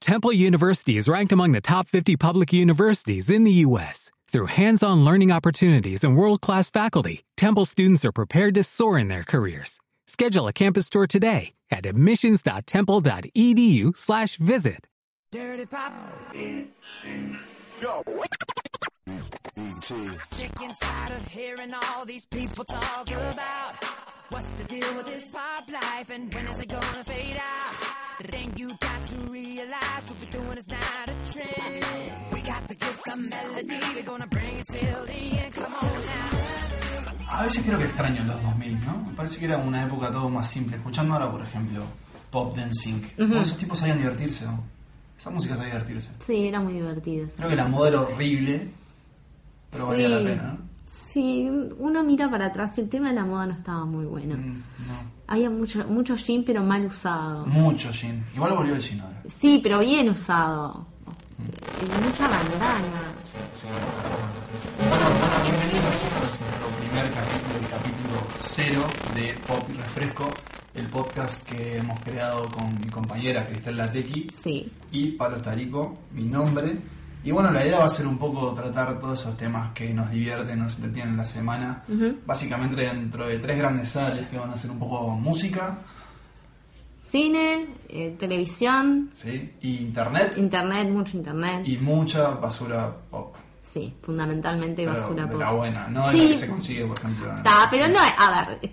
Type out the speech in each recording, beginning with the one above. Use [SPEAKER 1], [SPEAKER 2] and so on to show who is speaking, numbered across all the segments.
[SPEAKER 1] Temple University is ranked among the top 50 public universities in the U.S. Through hands on learning opportunities and world class faculty, Temple students are prepared to soar in their careers. Schedule a campus tour today at E admissions.temple.edu/slash visit. Dirty Pop.
[SPEAKER 2] Yo. Sick and tired of hearing all these people talk about what's the deal with this pop life and when is it gonna fade out? The thing you got to realize what we're doing is not a trend. We got the gift of melody, we're gonna bring it till the end. Come on now.
[SPEAKER 3] A veces creo que extraño los 2000, ¿no? Me parece que era una época todo más simple. Escuchando ahora, por ejemplo, Pop Dancing.
[SPEAKER 4] Ujú.
[SPEAKER 3] Esos tipos sabían divertirse, ¿no? Esa música sabía divertirse.
[SPEAKER 4] Sí, era muy divertido. sí.
[SPEAKER 3] Creo que la moda era horrible, pero
[SPEAKER 4] Sí.
[SPEAKER 3] valía la pena, ¿no?
[SPEAKER 4] Sí, uno mira para atrás y el tema de la moda no estaba muy bueno.
[SPEAKER 3] Mm, no.
[SPEAKER 4] Había mucho, mucho jean, pero mal usado.
[SPEAKER 3] Mucho jean. Igual volvió el jean ahora.
[SPEAKER 4] Sí, pero bien usado.
[SPEAKER 3] Mm.
[SPEAKER 4] Y Mucha bandana.
[SPEAKER 3] Bueno, bienvenidos a nuestro primer capítulo, el capítulo cero de Pop y Refresco, el podcast que hemos creado con mi compañera Cristel Latequi
[SPEAKER 4] Sí.
[SPEAKER 3] y Pablo Tarico, mi nombre. Y bueno, la idea va a ser un poco tratar todos esos temas que nos divierten, nos entretienen la semana.
[SPEAKER 4] Ujú.
[SPEAKER 3] Básicamente dentro de tres grandes áreas que van a ser un poco música,
[SPEAKER 4] Cine, eh, televisión,
[SPEAKER 3] ¿sí? Y internet
[SPEAKER 4] internet, mucho internet.
[SPEAKER 3] y mucha basura pop.
[SPEAKER 4] Sí, fundamentalmente
[SPEAKER 3] Pero
[SPEAKER 4] basura
[SPEAKER 3] de
[SPEAKER 4] pop.
[SPEAKER 3] la buena, no de
[SPEAKER 4] Sí.
[SPEAKER 3] la que se consigue, por ejemplo. en-
[SPEAKER 4] Está, pero no, a ver, eh,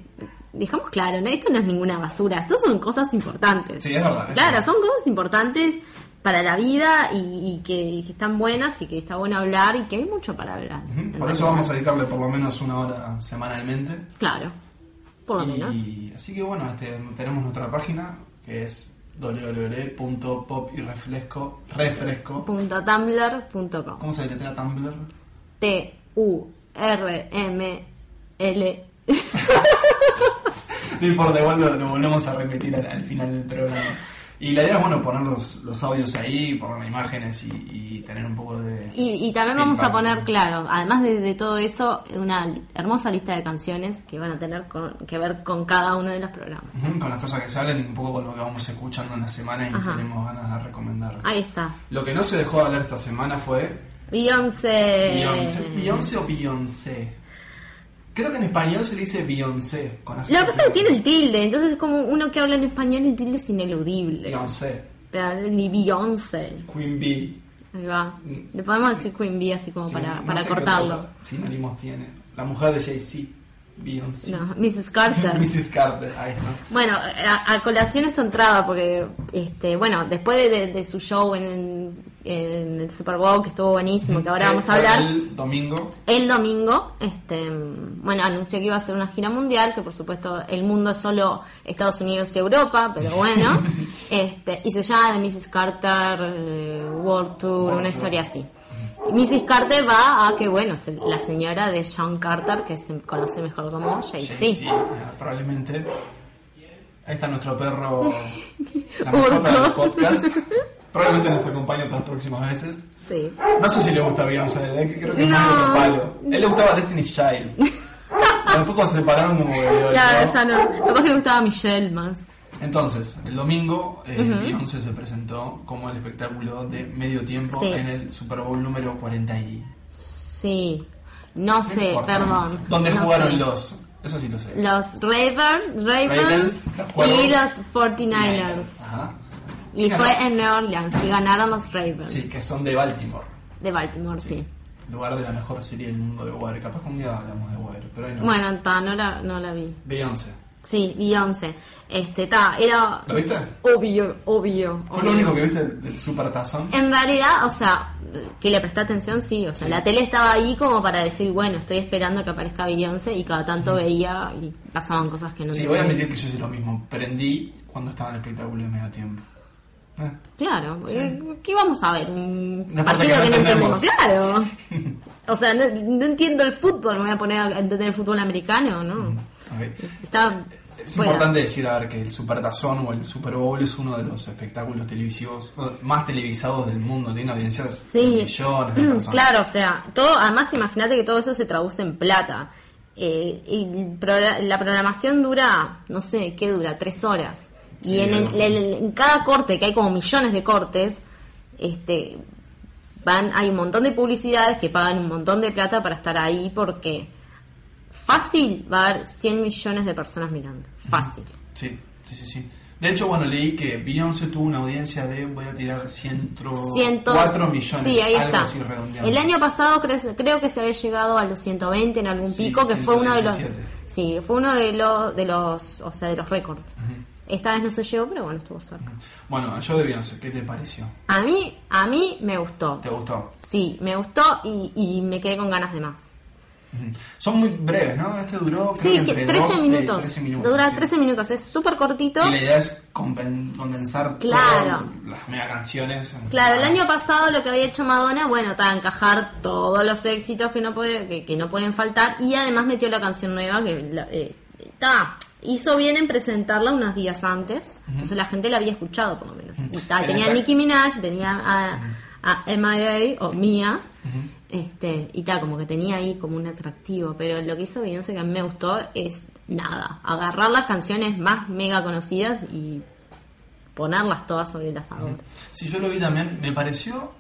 [SPEAKER 4] dejamos claro, ¿no? esto no es ninguna basura, esto son cosas importantes.
[SPEAKER 3] Sí, es verdad, es
[SPEAKER 4] Claro,
[SPEAKER 3] verdad.
[SPEAKER 4] son cosas importantes para la vida y, y que, que están buenas y que está bueno hablar y que hay mucho para hablar. en
[SPEAKER 3] Por
[SPEAKER 4] realidad.
[SPEAKER 3] eso vamos a dedicarle por lo menos una hora semanalmente.
[SPEAKER 4] Claro, por lo menos.
[SPEAKER 3] Y así que bueno, este, tenemos nuestra página que es www.popyrefresco refresco.
[SPEAKER 4] Punto tumblr.com.
[SPEAKER 3] ¿Cómo se deletrea Tumblr?
[SPEAKER 4] T U R M L
[SPEAKER 3] No importa, igual lo, lo volvemos a repetir al, al final del programa. Y la idea es bueno poner los, los audios ahí, poner imágenes y, y tener un poco de.
[SPEAKER 4] Y, y también vamos a
[SPEAKER 3] feedback.
[SPEAKER 4] poner, claro, además de, de todo eso, una hermosa lista de canciones que van a tener con- que ver con cada uno de los programas.
[SPEAKER 3] Ujú, Con las cosas que salen y un poco con lo que vamos escuchando en la semana y
[SPEAKER 4] Ajá.
[SPEAKER 3] tenemos ganas de recomendar.
[SPEAKER 4] Ahí está.
[SPEAKER 3] Lo que no se dejó de hablar esta semana fue
[SPEAKER 4] Beyoncé.
[SPEAKER 3] Beyoncé. ¿Es Beyoncé o Beyoncé? Creo que en español se le dice Beyoncé. Con
[SPEAKER 4] Lo que
[SPEAKER 3] acento
[SPEAKER 4] pasa es que tiene el
[SPEAKER 3] latino.
[SPEAKER 4] tilde, entonces es como uno que habla en español el tilde es ineludible.
[SPEAKER 3] Beyoncé.
[SPEAKER 4] Pero ni Beyoncé.
[SPEAKER 3] Queen Bee.
[SPEAKER 4] Ahí va. Le podemos decir Queen Bee así como
[SPEAKER 3] Sí,
[SPEAKER 4] para,
[SPEAKER 3] no
[SPEAKER 4] para
[SPEAKER 3] sé qué
[SPEAKER 4] cortarlo.
[SPEAKER 3] otros Sinónimos tiene. La mujer de Jay-Z. Beyoncé.
[SPEAKER 4] No, Mrs. Carter.
[SPEAKER 3] Mrs. Carter. Ahí está.
[SPEAKER 4] Bueno, a, a colación esto entraba porque, este, bueno, después de, de- de su show en, en el Super Bowl, que estuvo buenísimo, que ahora vamos
[SPEAKER 3] Fue
[SPEAKER 4] a hablar,
[SPEAKER 3] El domingo.
[SPEAKER 4] el domingo, este, bueno, anunció que iba a hacer una gira mundial, que por supuesto el mundo es solo Estados Unidos y Europa, pero bueno, este, y se llama The Mrs. Carter eh, World Tour, una historia así. Y Mrs. Carter va a que, bueno, se- la señora de Sean Carter, que se conoce mejor como Jay-Z.
[SPEAKER 3] Jay-Z. ah, Probablemente. Ahí está nuestro perro. La mascota del
[SPEAKER 4] Urco.
[SPEAKER 3] podcast. Probablemente nos acompañe otras próximas veces.
[SPEAKER 4] Sí.
[SPEAKER 3] No sé si le gusta Beyoncé, ¿eh? Que creo que es
[SPEAKER 4] No.
[SPEAKER 3] más de otro palo. Él le gustaba Destiny's Child. Pero Después se separaron como que dio el
[SPEAKER 4] Claro,
[SPEAKER 3] show.
[SPEAKER 4] ya no. Capaz que le gustaba Michelle más.
[SPEAKER 3] Entonces, el domingo, eh, Beyoncé se presentó como el espectáculo de medio tiempo
[SPEAKER 4] Sí.
[SPEAKER 3] en el Super Bowl número 40 y...
[SPEAKER 4] Sí. No sé,
[SPEAKER 3] Importa.
[SPEAKER 4] Eh, perdón.
[SPEAKER 3] Donde
[SPEAKER 4] No
[SPEAKER 3] jugaron
[SPEAKER 4] sé.
[SPEAKER 3] los... Eso sí lo sé.
[SPEAKER 4] Los Ravers, Ravens
[SPEAKER 3] Ravens, los
[SPEAKER 4] y los
[SPEAKER 3] Cuervos.
[SPEAKER 4] 49ers.
[SPEAKER 3] Ajá.
[SPEAKER 4] Y
[SPEAKER 3] Ganó.
[SPEAKER 4] fue en Nueva Orleans y ganaron los Ravens
[SPEAKER 3] Sí, que son de Baltimore.
[SPEAKER 4] de Baltimore, sí.
[SPEAKER 3] Lugar de la mejor serie del mundo de Water. Capaz que un día hablamos de Water, pero hoy no.
[SPEAKER 4] Bueno, ta, no la, no la vi.
[SPEAKER 3] Beyoncé.
[SPEAKER 4] Sí, vi 11. Este, ta, era
[SPEAKER 3] ¿Lo viste?
[SPEAKER 4] obvio, obvio.
[SPEAKER 3] ¿Fue lo
[SPEAKER 4] obvio.
[SPEAKER 3] único que viste del Super Tazón?
[SPEAKER 4] En realidad, o sea, que le presté atención, sí. O sea, la tele estaba ahí como para decir, bueno, estoy esperando que aparezca Beyoncé y cada tanto veía y pasaban cosas que no
[SPEAKER 3] Sí, voy
[SPEAKER 4] entendía.
[SPEAKER 3] a admitir que yo hice lo mismo. Prendí cuando estaba en el espectáculo de medio tiempo. Eh,
[SPEAKER 4] Claro, eh, ¿qué vamos a ver? Un
[SPEAKER 3] Una parte
[SPEAKER 4] partido
[SPEAKER 3] que no
[SPEAKER 4] que no entendemos,
[SPEAKER 3] entendemos.
[SPEAKER 4] claro. O sea, no, no entiendo el fútbol, me voy a poner a entender el fútbol americano, ¿no?
[SPEAKER 3] ok.
[SPEAKER 4] Está
[SPEAKER 3] Mm. Es
[SPEAKER 4] fuera.
[SPEAKER 3] importante decir, a ver, que el Super Tazón o el Super Bowl es uno de los espectáculos televisivos eh, más televisados del mundo. Tiene audiencias de
[SPEAKER 4] Sí, Mm,
[SPEAKER 3] millones de personas.
[SPEAKER 4] claro, o sea, todo, además imagínate que todo eso se traduce en plata. Eh, y el progra- la programación dura, no sé, ¿qué dura? Tres horas. Y
[SPEAKER 3] Sí,
[SPEAKER 4] en, el-
[SPEAKER 3] algo así.
[SPEAKER 4] el- en cada corte, que hay como millones de cortes, este, van, hay un montón de publicidades que pagan un montón de plata para estar ahí porque fácil va a haber 100 millones de personas mirando. Fácil.
[SPEAKER 3] Sí, sí, sí, sí. De hecho, bueno, leí que Beyoncé tuvo una audiencia de, voy a tirar, 104
[SPEAKER 4] Ciento-
[SPEAKER 3] millones.
[SPEAKER 4] Sí, ahí
[SPEAKER 3] algo
[SPEAKER 4] está.
[SPEAKER 3] así redondeado.
[SPEAKER 4] El año pasado creo, creo que se había llegado a los 120 en algún
[SPEAKER 3] Sí,
[SPEAKER 4] pico, que fue uno de los
[SPEAKER 3] 117.
[SPEAKER 4] Sí, fue uno de los de los, o sea, de los récords. Esta vez no se llegó, pero bueno, estuvo cerca.
[SPEAKER 3] Bueno, yo de Beyoncé, ¿qué te pareció?
[SPEAKER 4] A mí a mí me gustó.
[SPEAKER 3] ¿Te gustó?
[SPEAKER 4] Sí, me gustó y, y me quedé con ganas de más.
[SPEAKER 3] Ujú. Son muy breves, ¿no? Este duró creo
[SPEAKER 4] Sí, que
[SPEAKER 3] entre
[SPEAKER 4] 13
[SPEAKER 3] 12 y
[SPEAKER 4] minutos.
[SPEAKER 3] 13 minutos,
[SPEAKER 4] Dura
[SPEAKER 3] sí.
[SPEAKER 4] 13 minutos, es súper cortito.
[SPEAKER 3] Y la idea es compen- condensar
[SPEAKER 4] Claro.
[SPEAKER 3] todas las mega canciones. en-
[SPEAKER 4] Claro, el año pasado lo que había hecho Madonna, bueno, estaba encajar todos los éxitos que no puede, que, que no pueden faltar y además metió la canción nueva que la- eh, ta, hizo bien en presentarla unos días antes, entonces la gente la había escuchado por lo menos. Y ta,
[SPEAKER 3] El
[SPEAKER 4] tenía a
[SPEAKER 3] ataque.
[SPEAKER 4] Nicki Minaj, tenía a, a MIA o Mia, este, y tal, como que tenía ahí como un atractivo, pero lo que hizo Beyoncé que a mí me gustó es nada, agarrar las canciones más mega conocidas y ponerlas todas sobre las asador.
[SPEAKER 3] Sí, yo lo vi también, me pareció.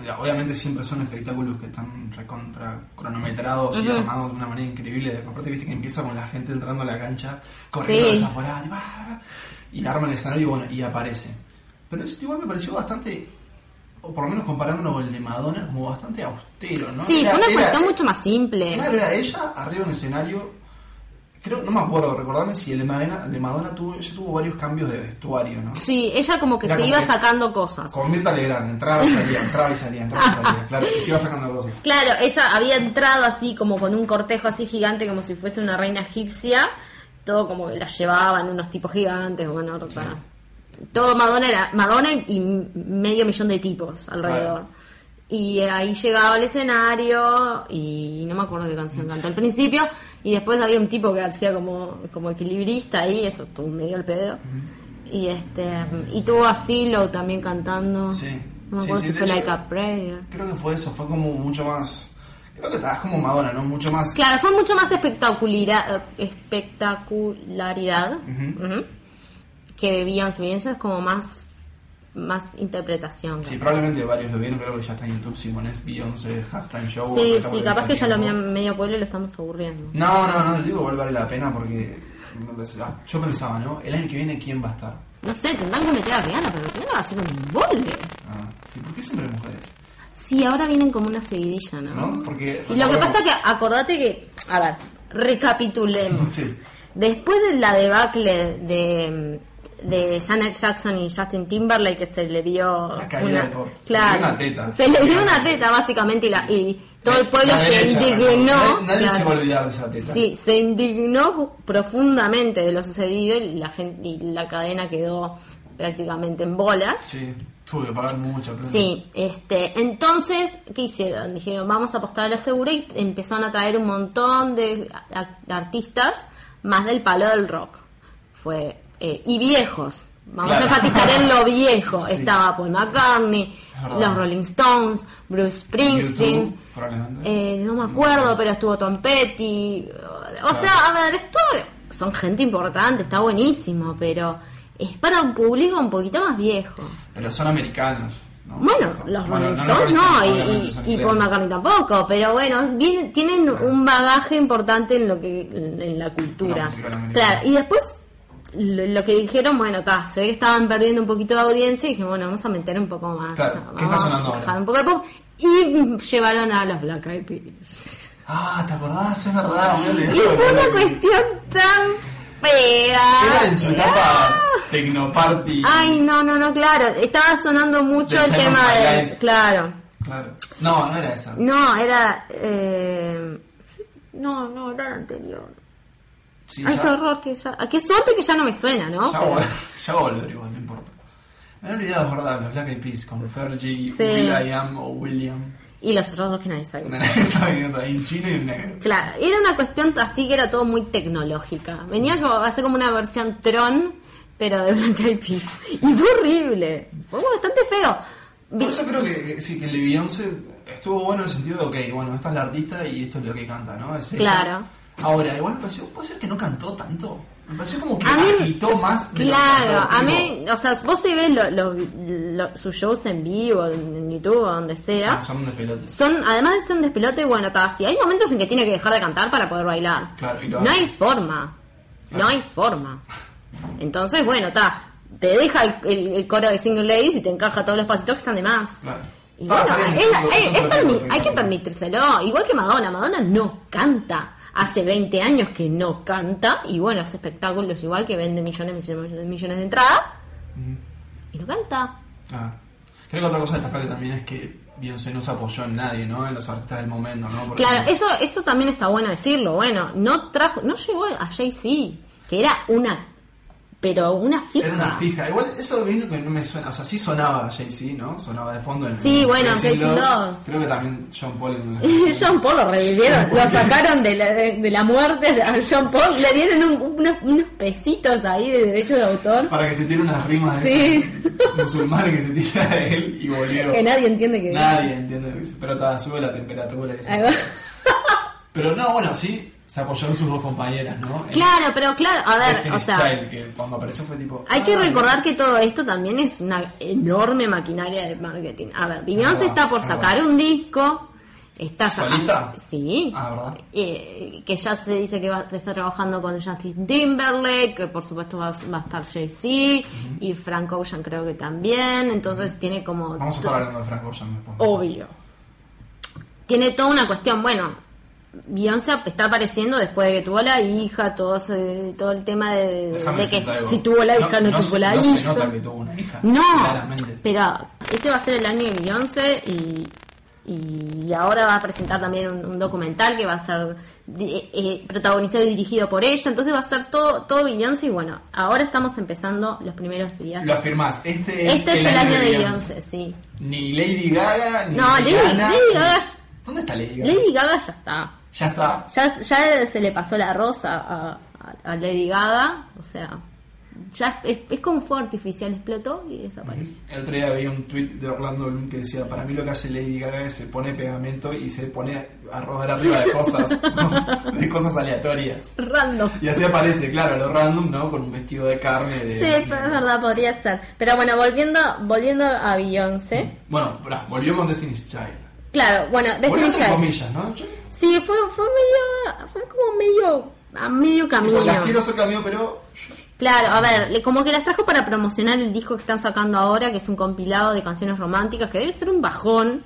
[SPEAKER 3] o sea, Obviamente siempre son espectáculos que están recontra cronometrados y armados de una manera increíble. Aparte, viste que empieza con la gente entrando a la cancha, corriendo
[SPEAKER 4] Sí.
[SPEAKER 3] desaforada, y, va, y arman el escenario y bueno, y aparece. Pero ese igual me pareció bastante, o por lo menos comparándolo con el de Madonna, como bastante austero, ¿no?
[SPEAKER 4] Sí,
[SPEAKER 3] Era-
[SPEAKER 4] fue una
[SPEAKER 3] era-
[SPEAKER 4] cuestión mucho más simple.
[SPEAKER 3] Claro, era ella arriba en el escenario. Creo, no me acuerdo, recordame si el de Madonna, el de Madonna tuvo, ella tuvo varios cambios de vestuario, ¿no?
[SPEAKER 4] Sí, ella como que
[SPEAKER 3] Era
[SPEAKER 4] se
[SPEAKER 3] como
[SPEAKER 4] iba
[SPEAKER 3] que-
[SPEAKER 4] sacando cosas.
[SPEAKER 3] Con Mirta Legrand, entraba y salía, entraba y salía, entraba y salía, claro, y se iba sacando cosas.
[SPEAKER 4] Claro, ella había entrado así como con un cortejo así gigante como si fuese una reina egipcia, todo como que la llevaban unos tipos gigantes, bueno, o sea, todo Madonna era Madonna y medio millón de tipos alrededor. Y ahí llegaba al escenario y no me acuerdo qué canción cantó al principio y después había un tipo que hacía como, como equilibrista ahí, eso, todo medio el pedo. Y este y tuvo a Silo también cantando.
[SPEAKER 3] Sí,
[SPEAKER 4] No me
[SPEAKER 3] sí,
[SPEAKER 4] acuerdo
[SPEAKER 3] sí,
[SPEAKER 4] si
[SPEAKER 3] de
[SPEAKER 4] fue
[SPEAKER 3] hecho-
[SPEAKER 4] Like a Prayer.
[SPEAKER 3] Creo que fue eso, fue como mucho más. Creo que estabas como Madonna, ¿no? Mucho más.
[SPEAKER 4] Claro, fue mucho más espectaculira- eh, espectacularidad ujú, que Beyoncé. Beyoncé es como más, más interpretación.
[SPEAKER 3] Sí,
[SPEAKER 4] creo.
[SPEAKER 3] probablemente varios lo vieron, creo que ya está en YouTube, si pones Beyoncé, Halftime Show.
[SPEAKER 4] Sí,
[SPEAKER 3] o-
[SPEAKER 4] sí, capaz que ya lo
[SPEAKER 3] ¿no?
[SPEAKER 4] medio, medio pueblo y lo estamos aburriendo.
[SPEAKER 3] No, no, no, digo, igual vale la pena porque. ah, Yo pensaba, ¿no? El año que viene, ¿quién va a estar?
[SPEAKER 4] No sé, tendrán que meter a Rihanna, pero Rihanna va a ser un bolde.
[SPEAKER 3] Ah, sí, ¿Por qué siempre mujeres?
[SPEAKER 4] Sí, ahora vienen como una seguidilla, ¿no?
[SPEAKER 3] ¿No? Porque.
[SPEAKER 4] Mm. Y lo que
[SPEAKER 3] recordemos-
[SPEAKER 4] pasa que, acordate que, a ver, recapitulemos.
[SPEAKER 3] Sí.
[SPEAKER 4] Después de la debacle de, de Janet Jackson y Justin Timberlake, que se le vio
[SPEAKER 3] La caída
[SPEAKER 4] una,
[SPEAKER 3] del pop. Se
[SPEAKER 4] claro,
[SPEAKER 3] le vio una teta.
[SPEAKER 4] Se le vio una teta, básicamente, y, la- y todo el pueblo
[SPEAKER 3] La
[SPEAKER 4] se
[SPEAKER 3] derecha,
[SPEAKER 4] indignó.
[SPEAKER 3] Nadie, nadie se
[SPEAKER 4] claro.
[SPEAKER 3] va a olvidar de esa teta.
[SPEAKER 4] Sí, se indignó profundamente de lo sucedido y la, gente, y la cadena quedó prácticamente en bolas.
[SPEAKER 3] Sí, tuve que pagar mucha plata.
[SPEAKER 4] Sí, este, entonces, ¿qué hicieron? Dijeron, vamos a apostar a la segura y empezaron a traer un montón de a- a- artistas más del palo del rock. Fue, eh, y viejos. Vamos
[SPEAKER 3] Claro.
[SPEAKER 4] a enfatizar en lo viejo.
[SPEAKER 3] Sí.
[SPEAKER 4] Estaba Paul McCartney,
[SPEAKER 3] Es verdad.
[SPEAKER 4] los Rolling Stones, Bruce Springsteen.
[SPEAKER 3] YouTube, probablemente.
[SPEAKER 4] eh, no me acuerdo, pero estuvo Tom Petty. O sea, a ver, esto son gente importante, está buenísimo, pero es para un público un poquito más viejo.
[SPEAKER 3] Pero son americanos. ¿no?
[SPEAKER 4] Bueno,
[SPEAKER 3] Bueno,
[SPEAKER 4] los Rolling
[SPEAKER 3] no,
[SPEAKER 4] Stones
[SPEAKER 3] los
[SPEAKER 4] no,
[SPEAKER 3] Rolling Stones,
[SPEAKER 4] y- y,
[SPEAKER 3] obviamente,
[SPEAKER 4] y
[SPEAKER 3] son
[SPEAKER 4] Paul
[SPEAKER 3] ingleses.
[SPEAKER 4] McCartney tampoco, pero bueno, bien- tienen un bagaje importante en lo que en, en la
[SPEAKER 3] La
[SPEAKER 4] cultura.
[SPEAKER 3] música americana.
[SPEAKER 4] claro, y después lo, lo que dijeron, bueno, está, se ve que estaban perdiendo un poquito de audiencia y dije, bueno, vamos a meter un poco más,
[SPEAKER 3] Claro, ¿qué está
[SPEAKER 4] vamos
[SPEAKER 3] sonando
[SPEAKER 4] a
[SPEAKER 3] ahora?
[SPEAKER 4] bajar un poco de pop y mm, llevaron a los Black Eyed Peas.
[SPEAKER 3] Ah, ¿te acordás? Es verdad, me olvidé.
[SPEAKER 4] Y fue una cuestión tan
[SPEAKER 3] Era en
[SPEAKER 4] fea.
[SPEAKER 3] su etapa Tecnoparty.
[SPEAKER 4] Ah. Ay, no, no, no, claro, estaba sonando mucho
[SPEAKER 3] Del
[SPEAKER 4] el
[SPEAKER 3] Time
[SPEAKER 4] tema
[SPEAKER 3] of My
[SPEAKER 4] de
[SPEAKER 3] Life.
[SPEAKER 4] claro.
[SPEAKER 3] Claro. No, no era esa.
[SPEAKER 4] No, era. Eh... No, no, era el anterior.
[SPEAKER 3] Sí,
[SPEAKER 4] Ay,
[SPEAKER 3] ya,
[SPEAKER 4] qué horror que ya. ah, Qué suerte que ya no me suena, ¿no?
[SPEAKER 3] ya,
[SPEAKER 4] Pero-
[SPEAKER 3] vol- ya volver igual, no importa. Me he olvidado, es verdad, los Black Eyed Peas con Fergie,
[SPEAKER 4] Sí.
[SPEAKER 3] Will.i.am o William.
[SPEAKER 4] Y los otros dos que nadie sabe.
[SPEAKER 3] Esa viendo ahí, un chino y un negro.
[SPEAKER 4] Claro, era una cuestión así que era todo muy tecnológica. Venía como, a ser como una versión Tron, pero de Black Eyed Peas. Y fue horrible. Fue bastante feo. Vi-
[SPEAKER 3] Por eso creo que sí, que el de Beyoncé estuvo bueno en el sentido de, ok, bueno, esta es la artista y esto es lo que canta, ¿no? Es ella.
[SPEAKER 4] Claro.
[SPEAKER 3] Ahora, igual me pareció, puede ser que no cantó tanto. Me pareció como que
[SPEAKER 4] A mí-
[SPEAKER 3] agitó más. de lo
[SPEAKER 4] Claro,
[SPEAKER 3] que-
[SPEAKER 4] a mí, o sea, vos si ves lo- lo- lo- sus shows en vivo, en YouTube o donde sea,
[SPEAKER 3] Ah, son unos pelotes.
[SPEAKER 4] son, además de ser un despelote, bueno, está así. Hay momentos en que tiene que dejar de cantar para poder bailar.
[SPEAKER 3] Claro, y lo
[SPEAKER 4] no
[SPEAKER 3] hace.
[SPEAKER 4] hay forma.
[SPEAKER 3] Claro.
[SPEAKER 4] No hay forma. Entonces, bueno, está. Te deja el, el- el coro de Single Ladies y te encaja todos los pasitos que están de más.
[SPEAKER 3] Claro.
[SPEAKER 4] Y
[SPEAKER 3] Ah,
[SPEAKER 4] bueno,
[SPEAKER 3] está bien,
[SPEAKER 4] es-
[SPEAKER 3] son-
[SPEAKER 4] es-
[SPEAKER 3] son
[SPEAKER 4] es
[SPEAKER 3] propios,
[SPEAKER 4] permi-
[SPEAKER 3] porque
[SPEAKER 4] hay que
[SPEAKER 3] no-
[SPEAKER 4] permitírselo. Igual que Madonna. Madonna no canta. Hace 20 años que no canta. Y bueno, hace espectáculos igual que vende millones, millones, millones de entradas. Y no canta.
[SPEAKER 3] Ah. Creo que otra cosa destacable también es que Beyoncé no se apoyó en nadie, ¿no? En los artistas del momento, ¿no? Porque-
[SPEAKER 4] Claro, eso, eso también está bueno decirlo. Bueno, no trajo, no llegó a Jay-Z, que era una, pero una fija.
[SPEAKER 3] Era una fija. Igual eso vino que no me suena. O sea, sí sonaba Jay-Z, ¿no? Sonaba de fondo en
[SPEAKER 4] Sí,
[SPEAKER 3] en
[SPEAKER 4] bueno,
[SPEAKER 3] Crazy
[SPEAKER 4] Crazy
[SPEAKER 3] Love.
[SPEAKER 4] Love.
[SPEAKER 3] Creo que también John Paul en la-
[SPEAKER 4] John Paul lo revivieron, lo sacaron de la, de, de la muerte a John Paul, le dieron un- unos, unos pesitos ahí de derecho de autor
[SPEAKER 3] Para que se tire unas rimas de
[SPEAKER 4] Sí.
[SPEAKER 3] esas musulmanes que se tira de él y volvió.
[SPEAKER 4] que nadie entiende que
[SPEAKER 3] Nadie entiende lo que dice. Pero ta, sube la temperatura. y eso.
[SPEAKER 4] Ahí va.
[SPEAKER 3] Pero no, bueno, sí, se apoyó en sus dos compañeras, ¿no? En
[SPEAKER 4] Claro, pero claro, a ver,
[SPEAKER 3] Destiny's
[SPEAKER 4] o sea,
[SPEAKER 3] Child, que cuando apareció fue tipo.
[SPEAKER 4] Hay que
[SPEAKER 3] ah,
[SPEAKER 4] recordar que todo esto también es una enorme maquinaria de marketing. A ver, Beyoncé
[SPEAKER 3] Ah,
[SPEAKER 4] está por
[SPEAKER 3] ah,
[SPEAKER 4] sacar un disco. Está saca-
[SPEAKER 3] ¿Solista?
[SPEAKER 4] Sí.
[SPEAKER 3] Ah, ¿verdad?
[SPEAKER 4] Eh, que ya se dice que va, está trabajando con Justin Timberlake, que por supuesto va, va a estar Jay-Z y Frank Ocean creo que también. Entonces tiene como...
[SPEAKER 3] Vamos a estar hablando de Frank Ocean después.
[SPEAKER 4] Obvio. Tiene toda una cuestión. Bueno, Beyoncé está apareciendo después de que tuvo la hija, todo, ese- todo el tema de,
[SPEAKER 3] Déjame
[SPEAKER 4] de
[SPEAKER 3] decirte
[SPEAKER 4] que
[SPEAKER 3] algo.
[SPEAKER 4] si tuvo la hija, no,
[SPEAKER 3] no
[SPEAKER 4] tuvo
[SPEAKER 3] se-
[SPEAKER 4] la
[SPEAKER 3] no
[SPEAKER 4] hija.
[SPEAKER 3] se nota que tuvo una hija.
[SPEAKER 4] No,
[SPEAKER 3] Claramente.
[SPEAKER 4] pero este va a ser el año de Beyoncé y, y ahora va a presentar también un, un documental que va a ser di- eh, eh, protagonizado y dirigido por ella. Entonces va a ser todo, todo Beyoncé y bueno, ahora estamos empezando los primeros días.
[SPEAKER 3] Lo afirmás. Este es,
[SPEAKER 4] este es el año de
[SPEAKER 3] Beyoncé.
[SPEAKER 4] Beyoncé, sí.
[SPEAKER 3] Ni Lady Gaga, ni
[SPEAKER 4] No, Lady-
[SPEAKER 3] Rihanna,
[SPEAKER 4] Lady
[SPEAKER 3] ni-
[SPEAKER 4] Gaga-
[SPEAKER 3] ¿Dónde está Lady Gaga?
[SPEAKER 4] Lady Gaga ya está.
[SPEAKER 3] Ya está.
[SPEAKER 4] Ya, ya se le pasó la rosa a, a- a Lady Gaga, o sea, ya es, es como fuego artificial, explotó y desapareció.
[SPEAKER 3] El otro día había un tweet de Orlando Bloom que decía: Para mí lo que hace Lady Gaga es se pone pegamento y se pone a rodar arriba de cosas, ¿no? de cosas aleatorias.
[SPEAKER 4] Random.
[SPEAKER 3] Y así aparece, claro, lo random, ¿no? Con un vestido de carne. De,
[SPEAKER 4] Sí, es verdad, podría ser. Pero bueno, volviendo, volviendo a Beyoncé.
[SPEAKER 3] Bueno, pará, volvió con Destiny's Child.
[SPEAKER 4] Claro, bueno,
[SPEAKER 3] Volvió
[SPEAKER 4] Destiny's
[SPEAKER 3] entre
[SPEAKER 4] Child.
[SPEAKER 3] comillas, ¿no? Yo-
[SPEAKER 4] Sí, fue, fue medio, fue como medio, a medio
[SPEAKER 3] Tipo, las quiero
[SPEAKER 4] camino.
[SPEAKER 3] hacer cameo, pero.
[SPEAKER 4] Claro, a ver, le- como que las trajo para promocionar el disco que están sacando ahora, que es un compilado de canciones románticas, que debe ser un bajón.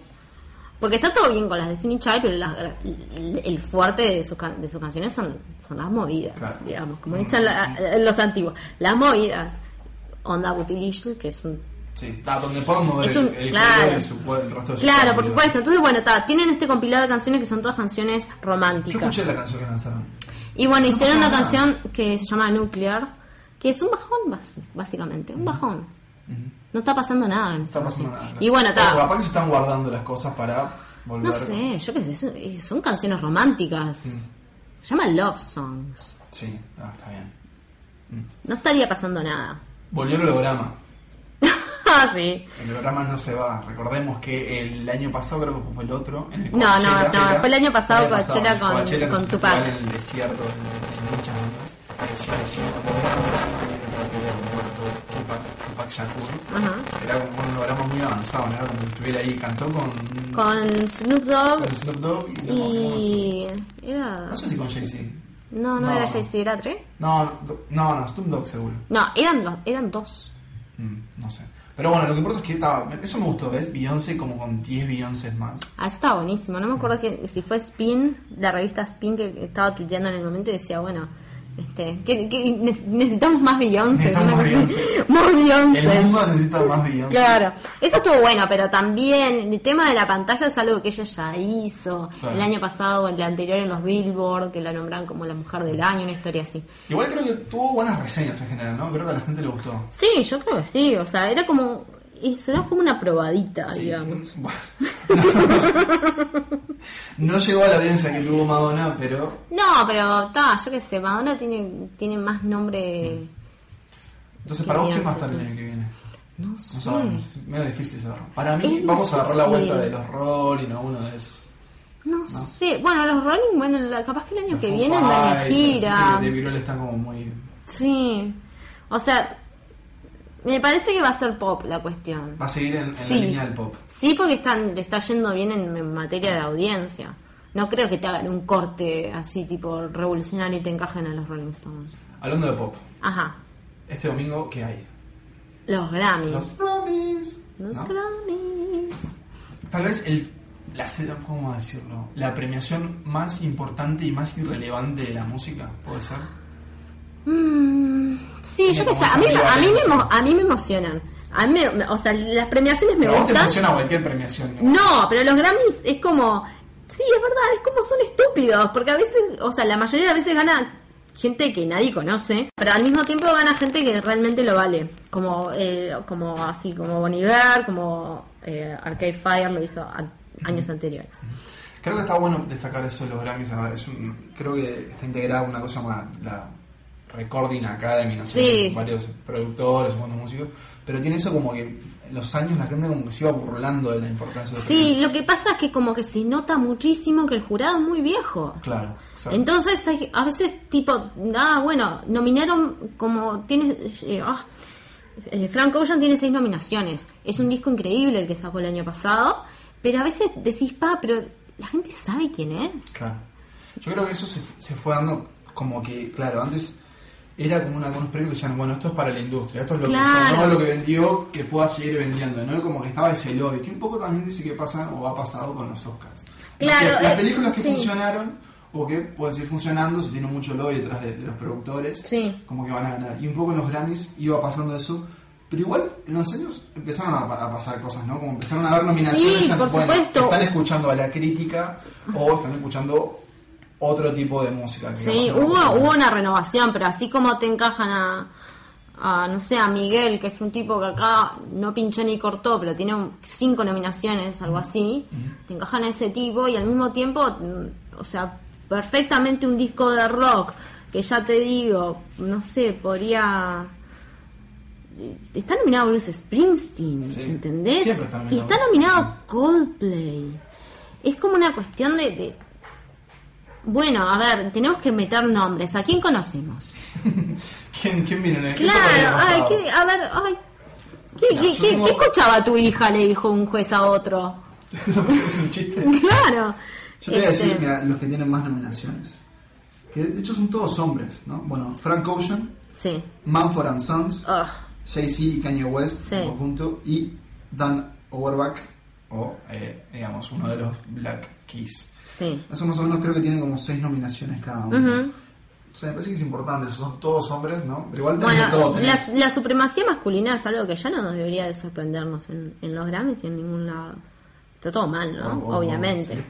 [SPEAKER 4] Porque está todo bien con las Destiny Child, pero las- el- el fuerte de sus, can- de sus canciones son, son las movidas,
[SPEAKER 3] Claro.
[SPEAKER 4] digamos, como dicen la- eh, los antiguos. Las movidas. Onda Bootylicious, que es un
[SPEAKER 3] Sí, está donde podamos mover
[SPEAKER 4] Es
[SPEAKER 3] el-
[SPEAKER 4] un-
[SPEAKER 3] el,
[SPEAKER 4] claro.
[SPEAKER 3] cuerpo y su cuer- el resto de su
[SPEAKER 4] Claro, por
[SPEAKER 3] cuerpo.
[SPEAKER 4] supuesto. Entonces, bueno, ta, tienen este compilado de canciones que son todas canciones
[SPEAKER 3] Yo
[SPEAKER 4] románticas.
[SPEAKER 3] escuché la canción que lanzaron.
[SPEAKER 4] Y bueno, hicieron
[SPEAKER 3] pasa
[SPEAKER 4] una
[SPEAKER 3] nada.
[SPEAKER 4] canción que se llama Nuclear, que es un bajón, bas- básicamente. Un bajón. No está pasando nada en esa
[SPEAKER 3] Está pasando
[SPEAKER 4] canción.
[SPEAKER 3] nada.
[SPEAKER 4] Ah, Y bueno,
[SPEAKER 3] O
[SPEAKER 4] está.
[SPEAKER 3] capaz que se están guardando las cosas para volver.
[SPEAKER 4] No sé, yo qué sé, son, son canciones románticas. Se llama Love Songs.
[SPEAKER 3] Sí, ah, está bien.
[SPEAKER 4] No estaría pasando nada.
[SPEAKER 3] Volvió el holograma.
[SPEAKER 4] ah, sí.
[SPEAKER 3] El holograma no se va. Recordemos que el año pasado, creo que fue el otro. En el
[SPEAKER 4] No, no,
[SPEAKER 3] Coachella
[SPEAKER 4] no,
[SPEAKER 3] era-
[SPEAKER 4] fue el año pasado
[SPEAKER 3] el año pasado,
[SPEAKER 4] Coachella
[SPEAKER 3] en
[SPEAKER 4] con-
[SPEAKER 3] Coachella, que
[SPEAKER 4] con
[SPEAKER 3] es un
[SPEAKER 4] Tupac.
[SPEAKER 3] festival En el desierto, en, en muchas ondas. Es parecido a Tupac, Tupac Shakur.
[SPEAKER 4] Ajá.
[SPEAKER 3] Era como un holograma muy avanzado, ¿no? Era como que estuviera ahí, cantó con,
[SPEAKER 4] Con Snoop Dogg
[SPEAKER 3] con Snoop Dogg y, luego-
[SPEAKER 4] y. Era.
[SPEAKER 3] No sé si con Jay-Z.
[SPEAKER 4] No, no,
[SPEAKER 3] No.
[SPEAKER 4] era Jay-Z, era tres.
[SPEAKER 3] No, no, no, no, Snoop Dogg seguro.
[SPEAKER 4] No, eran, dos- eran dos.
[SPEAKER 3] Mm, no sé. Pero bueno, lo que importa es que estaba. Eso me gustó, ¿ves? Beyoncé como con 10 Beyoncés más.
[SPEAKER 4] Ah, eso estaba buenísimo. No me acuerdo que, si fue Spin, la revista Spin que estaba tuiteando en el momento y decía, bueno, este, que, que ne- necesitamos más Beyoncé.
[SPEAKER 3] Necesitamos
[SPEAKER 4] una
[SPEAKER 3] más
[SPEAKER 4] cosa así. Más
[SPEAKER 3] El
[SPEAKER 4] Beyoncé.
[SPEAKER 3] mundo necesita más Beyoncé.
[SPEAKER 4] Claro, eso estuvo bueno, pero también el tema de la pantalla es algo que ella ya hizo
[SPEAKER 3] Claro.
[SPEAKER 4] el año pasado o el anterior en los Billboard, que la nombraron como la mujer del año, una historia así.
[SPEAKER 3] Igual creo que tuvo buenas reseñas en general, ¿no? Creo que a la gente le gustó.
[SPEAKER 4] Sí, yo creo que sí, o sea, era como, eso era como una probadita,
[SPEAKER 3] Sí.
[SPEAKER 4] digamos.
[SPEAKER 3] Bueno. no llegó a la audiencia que tuvo Madonna, pero.
[SPEAKER 4] No, pero ta, yo qué sé, Madonna tiene, tiene más
[SPEAKER 3] Mm.
[SPEAKER 4] nombre.
[SPEAKER 3] Entonces, ¿para vos qué más está
[SPEAKER 4] Beyoncé,
[SPEAKER 3] el
[SPEAKER 4] sí.
[SPEAKER 3] año que viene?
[SPEAKER 4] No
[SPEAKER 3] No
[SPEAKER 4] sé.
[SPEAKER 3] sabemos, es medio difícil saberlo. Para mí,
[SPEAKER 4] Es
[SPEAKER 3] vamos a agarrar la
[SPEAKER 4] difícil.
[SPEAKER 3] vuelta de los Rolling o uno de esos.
[SPEAKER 4] No, sé. Bueno, los Rolling, bueno, la- capaz que el año que
[SPEAKER 3] Foo
[SPEAKER 4] viene andan
[SPEAKER 3] Fighters,
[SPEAKER 4] en
[SPEAKER 3] este,
[SPEAKER 4] gira.
[SPEAKER 3] viste que De Virol están como muy.
[SPEAKER 4] Sí. O sea, me parece que va a ser pop la cuestión.
[SPEAKER 3] Va a seguir en, en
[SPEAKER 4] Sí.
[SPEAKER 3] la línea del pop.
[SPEAKER 4] Sí, porque están, le está yendo bien en, en materia de audiencia. No creo que te hagan un corte así tipo revolucionario y te encajen a los Rolling Stones.
[SPEAKER 3] Hablando de pop,
[SPEAKER 4] Ajá.
[SPEAKER 3] este domingo, ¿qué hay?
[SPEAKER 4] Los Grammys.
[SPEAKER 3] Los
[SPEAKER 4] Los,
[SPEAKER 3] Grammys. ¿no?
[SPEAKER 4] Grammys.
[SPEAKER 3] Tal vez el, la, se- ¿cómo decirlo? la premiación más importante y más irrelevante de la música, puede ser.
[SPEAKER 4] Mm, sí,
[SPEAKER 3] Tiene
[SPEAKER 4] yo qué
[SPEAKER 3] como
[SPEAKER 4] sé. A mí,
[SPEAKER 3] esa
[SPEAKER 4] a, mí me,
[SPEAKER 3] violencia.
[SPEAKER 4] emo- a mí me emocionan. A mí, me- o sea, las premiaciones me
[SPEAKER 3] Pero a vos te
[SPEAKER 4] gustan.
[SPEAKER 3] emociona cualquier premiación. ¿no?
[SPEAKER 4] No, pero los Grammys es como. Sí, es verdad, es como son estúpidos. Porque a veces, o sea, la mayoría de las veces gana gente que nadie conoce, pero al mismo tiempo gana gente que realmente lo vale. Como eh, como así, como Bon Iver, como eh, Arcade Fire lo hizo a- años anteriores.
[SPEAKER 3] Creo que está bueno destacar eso de los Grammys. a ver, es un- creo que está integrada una cosa llamada la Recording Academy, no sé,
[SPEAKER 4] Sí.
[SPEAKER 3] varios productores, buenos músicos, pero tiene eso como que en los años la gente como que se iba burlando de la importancia de los
[SPEAKER 4] Sí, lo que pasa es que como que se nota muchísimo que el jurado es muy viejo.
[SPEAKER 3] premios. Claro, exacto.
[SPEAKER 4] Entonces, hay- a veces, tipo, ah, bueno, nominaron como tiene. eh, ah, eh, Frank Ocean tiene seis nominaciones. Es un disco increíble el que sacó el año pasado. Pero a veces decís, pa, pero la gente sabe quién es.
[SPEAKER 3] Claro. Yo creo que eso se, se fue dando como que, claro, antes era como una, unos premios que decían, bueno, esto es para la industria, esto es lo que
[SPEAKER 4] Claro.
[SPEAKER 3] sonó, lo que vendió, que pueda seguir vendiendo, ¿no? Como que estaba ese lobby, que un poco también dice que pasa o ha pasado con los Oscars.
[SPEAKER 4] Claro,
[SPEAKER 3] Las, que- las
[SPEAKER 4] eh,
[SPEAKER 3] películas que
[SPEAKER 4] sí.
[SPEAKER 3] funcionaron o que pueden seguir funcionando, si tienen mucho lobby detrás de, de los productores,
[SPEAKER 4] Sí.
[SPEAKER 3] como que van a ganar. Y un poco en los Grammys iba pasando eso. Pero igual, en los años empezaron a, pa- a pasar cosas, ¿no? Como empezaron a haber nominaciones.
[SPEAKER 4] Sí,
[SPEAKER 3] ya no-
[SPEAKER 4] por
[SPEAKER 3] bueno,
[SPEAKER 4] supuesto.
[SPEAKER 3] Están escuchando a la crítica o están escuchando otro tipo de música. que
[SPEAKER 4] Sí,
[SPEAKER 3] capaz no-
[SPEAKER 4] hubo, hubo una renovación, pero así como te encajan a, a, no sé, a Miguel, que es un tipo que acá no pinchó ni cortó, pero tiene un- cinco nominaciones, algo así, te encajan a ese tipo y al mismo tiempo, mm, o sea, perfectamente un disco de rock, que ya te digo, no sé, podría... Está nominado Bruce Springsteen,
[SPEAKER 3] Sí,
[SPEAKER 4] ¿entendés?
[SPEAKER 3] siempre está nominado
[SPEAKER 4] y está
[SPEAKER 3] Bruce
[SPEAKER 4] nominado Coldplay. Es como una cuestión de- de, bueno, a ver, tenemos que meter nombres. ¿A quién conocemos?
[SPEAKER 3] ¿Quién, quién vino en el ¿Qué fue el año
[SPEAKER 4] Claro, ay,
[SPEAKER 3] pasado?
[SPEAKER 4] qué- a ver, ay. ¿Qué,
[SPEAKER 3] No,
[SPEAKER 4] qué-
[SPEAKER 3] yo
[SPEAKER 4] qué-
[SPEAKER 3] tengo-
[SPEAKER 4] qué escuchaba tu hija? Le dijo un juez a otro.
[SPEAKER 3] ¿Eso es un chiste?
[SPEAKER 4] Claro.
[SPEAKER 3] Yo te voy a
[SPEAKER 4] Este,
[SPEAKER 3] decir, mira, los que tienen más nominaciones. Que de hecho son todos hombres, ¿no? Bueno, Frank Ocean,
[SPEAKER 4] Sí. Ah,
[SPEAKER 3] Manford and Sons,
[SPEAKER 4] Ugh.
[SPEAKER 3] Jay-Z y Kanye West
[SPEAKER 4] Sí.
[SPEAKER 3] en conjunto y Dan Overback o eh, digamos uno de los Black Keys
[SPEAKER 4] Sí.
[SPEAKER 3] eso más o menos creo que tienen como seis nominaciones cada uno
[SPEAKER 4] Ujú.
[SPEAKER 3] o sea me parece que es importante son todos hombres ¿no? pero igual tenés de todo
[SPEAKER 4] Bueno, la,
[SPEAKER 3] tenés
[SPEAKER 4] la supremacía masculina es algo que ya no nos debería de sorprendernos en, en los Grammys y en ningún lado. Está todo mal, ¿no?
[SPEAKER 3] Ah, Bueno, bueno,
[SPEAKER 4] Obviamente.
[SPEAKER 3] sí.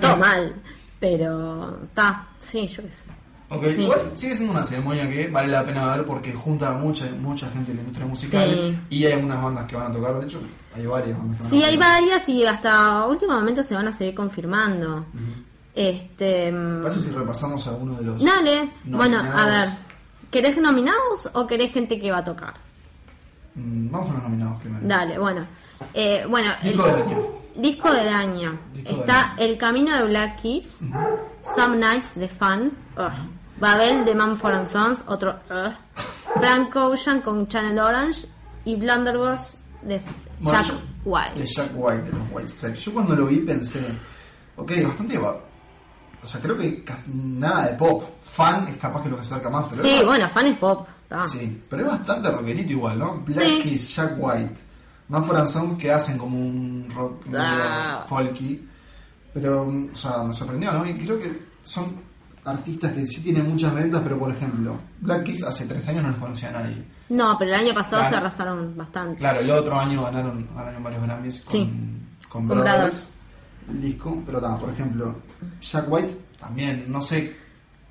[SPEAKER 4] todo mal. Pero está, sí, yo qué sé.
[SPEAKER 3] Ok,
[SPEAKER 4] sí.
[SPEAKER 3] igual sigue siendo una ceremonia que vale la pena ver porque junta a mucha mucha gente de la industria musical y hay algunas bandas que van a tocar de hecho hay varias bandas que van
[SPEAKER 4] Sí,
[SPEAKER 3] a
[SPEAKER 4] hay
[SPEAKER 3] tocar
[SPEAKER 4] varias y hasta último momento se van a seguir confirmando. Este.
[SPEAKER 3] ¿Qué
[SPEAKER 4] mm,
[SPEAKER 3] pasa si repasamos algunos de los
[SPEAKER 4] Dale.
[SPEAKER 3] nominados?
[SPEAKER 4] Bueno, a ver. ¿Querés nominados o querés gente que va a tocar?
[SPEAKER 3] Mm, vamos a los nominados primero
[SPEAKER 4] Dale, bueno. Eh, bueno,
[SPEAKER 3] Disco del año.
[SPEAKER 4] Disco del año.
[SPEAKER 3] Disco del
[SPEAKER 4] Está
[SPEAKER 3] año.
[SPEAKER 4] El Camino de Black Keys, Some Nights de Fun, ugh, Babel de Manford and Sons, otro ugh, Frank Ocean con Channel Orange y Blunderbuss de F-
[SPEAKER 3] Bueno,
[SPEAKER 4] Jack
[SPEAKER 3] yo-
[SPEAKER 4] White.
[SPEAKER 3] De Jack White, de los White Stripes. Yo cuando lo vi pensé, ok, bastante. va- O sea, creo que casi nada de pop. Fan es capaz que lo que se acerca más, pero.
[SPEAKER 4] Sí,
[SPEAKER 3] es,
[SPEAKER 4] bueno, fan es pop. está.
[SPEAKER 3] sí, pero es bastante rockerito igual, ¿no? Black
[SPEAKER 4] Ah. Sí.
[SPEAKER 3] Keys, Jack White, Manfred and Sons que hacen como un rock medio
[SPEAKER 4] Ah.
[SPEAKER 3] folky. Pero, mm, o sea, me sorprendió, ¿no? Y creo que son artistas que sí tienen muchas ventas, pero por ejemplo, Black Keys hace tres años no los conocía nadie.
[SPEAKER 4] No, pero el año pasado
[SPEAKER 3] Claro.
[SPEAKER 4] se arrasaron bastante.
[SPEAKER 3] Claro, el otro año ganaron, ganaron varios Grammys con,
[SPEAKER 4] Sí.
[SPEAKER 3] con
[SPEAKER 4] Con
[SPEAKER 3] Brothers,
[SPEAKER 4] Brothers.
[SPEAKER 3] el disco, pero ta, por ejemplo, Jack White también, no sé.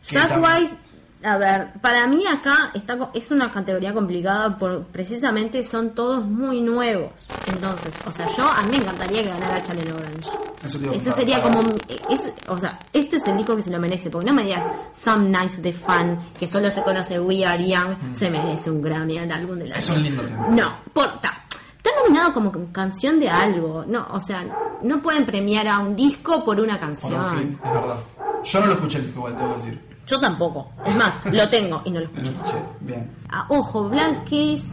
[SPEAKER 3] qué
[SPEAKER 4] Jack
[SPEAKER 3] tan-
[SPEAKER 4] White, a ver, para mí acá está co- es una categoría complicada por precisamente son todos muy nuevos. Entonces, o sea, yo a mí me encantaría que ganara Channel Orange.
[SPEAKER 3] Eso te iba a
[SPEAKER 4] Ese
[SPEAKER 3] preguntar,
[SPEAKER 4] sería
[SPEAKER 3] para-
[SPEAKER 4] como, es, o sea, este es el disco que se lo merece, porque no me digas Some Nights de Fan, que solo se conoce We Are Young, se merece un Grammy al álbum del año.
[SPEAKER 3] Mm. Es un lindo tema.
[SPEAKER 4] No, por, ta. Está nominado como canción de algo, no, o sea, no pueden premiar a un disco por una
[SPEAKER 3] Por un
[SPEAKER 4] canción.
[SPEAKER 3] clip, es verdad. Yo no lo escuché el disco igual, te voy a decir.
[SPEAKER 4] Yo tampoco. Es más, lo tengo y no lo
[SPEAKER 3] Me
[SPEAKER 4] escucho.
[SPEAKER 3] lo escuché. Bien.
[SPEAKER 4] Ah, ojo, Blanquis.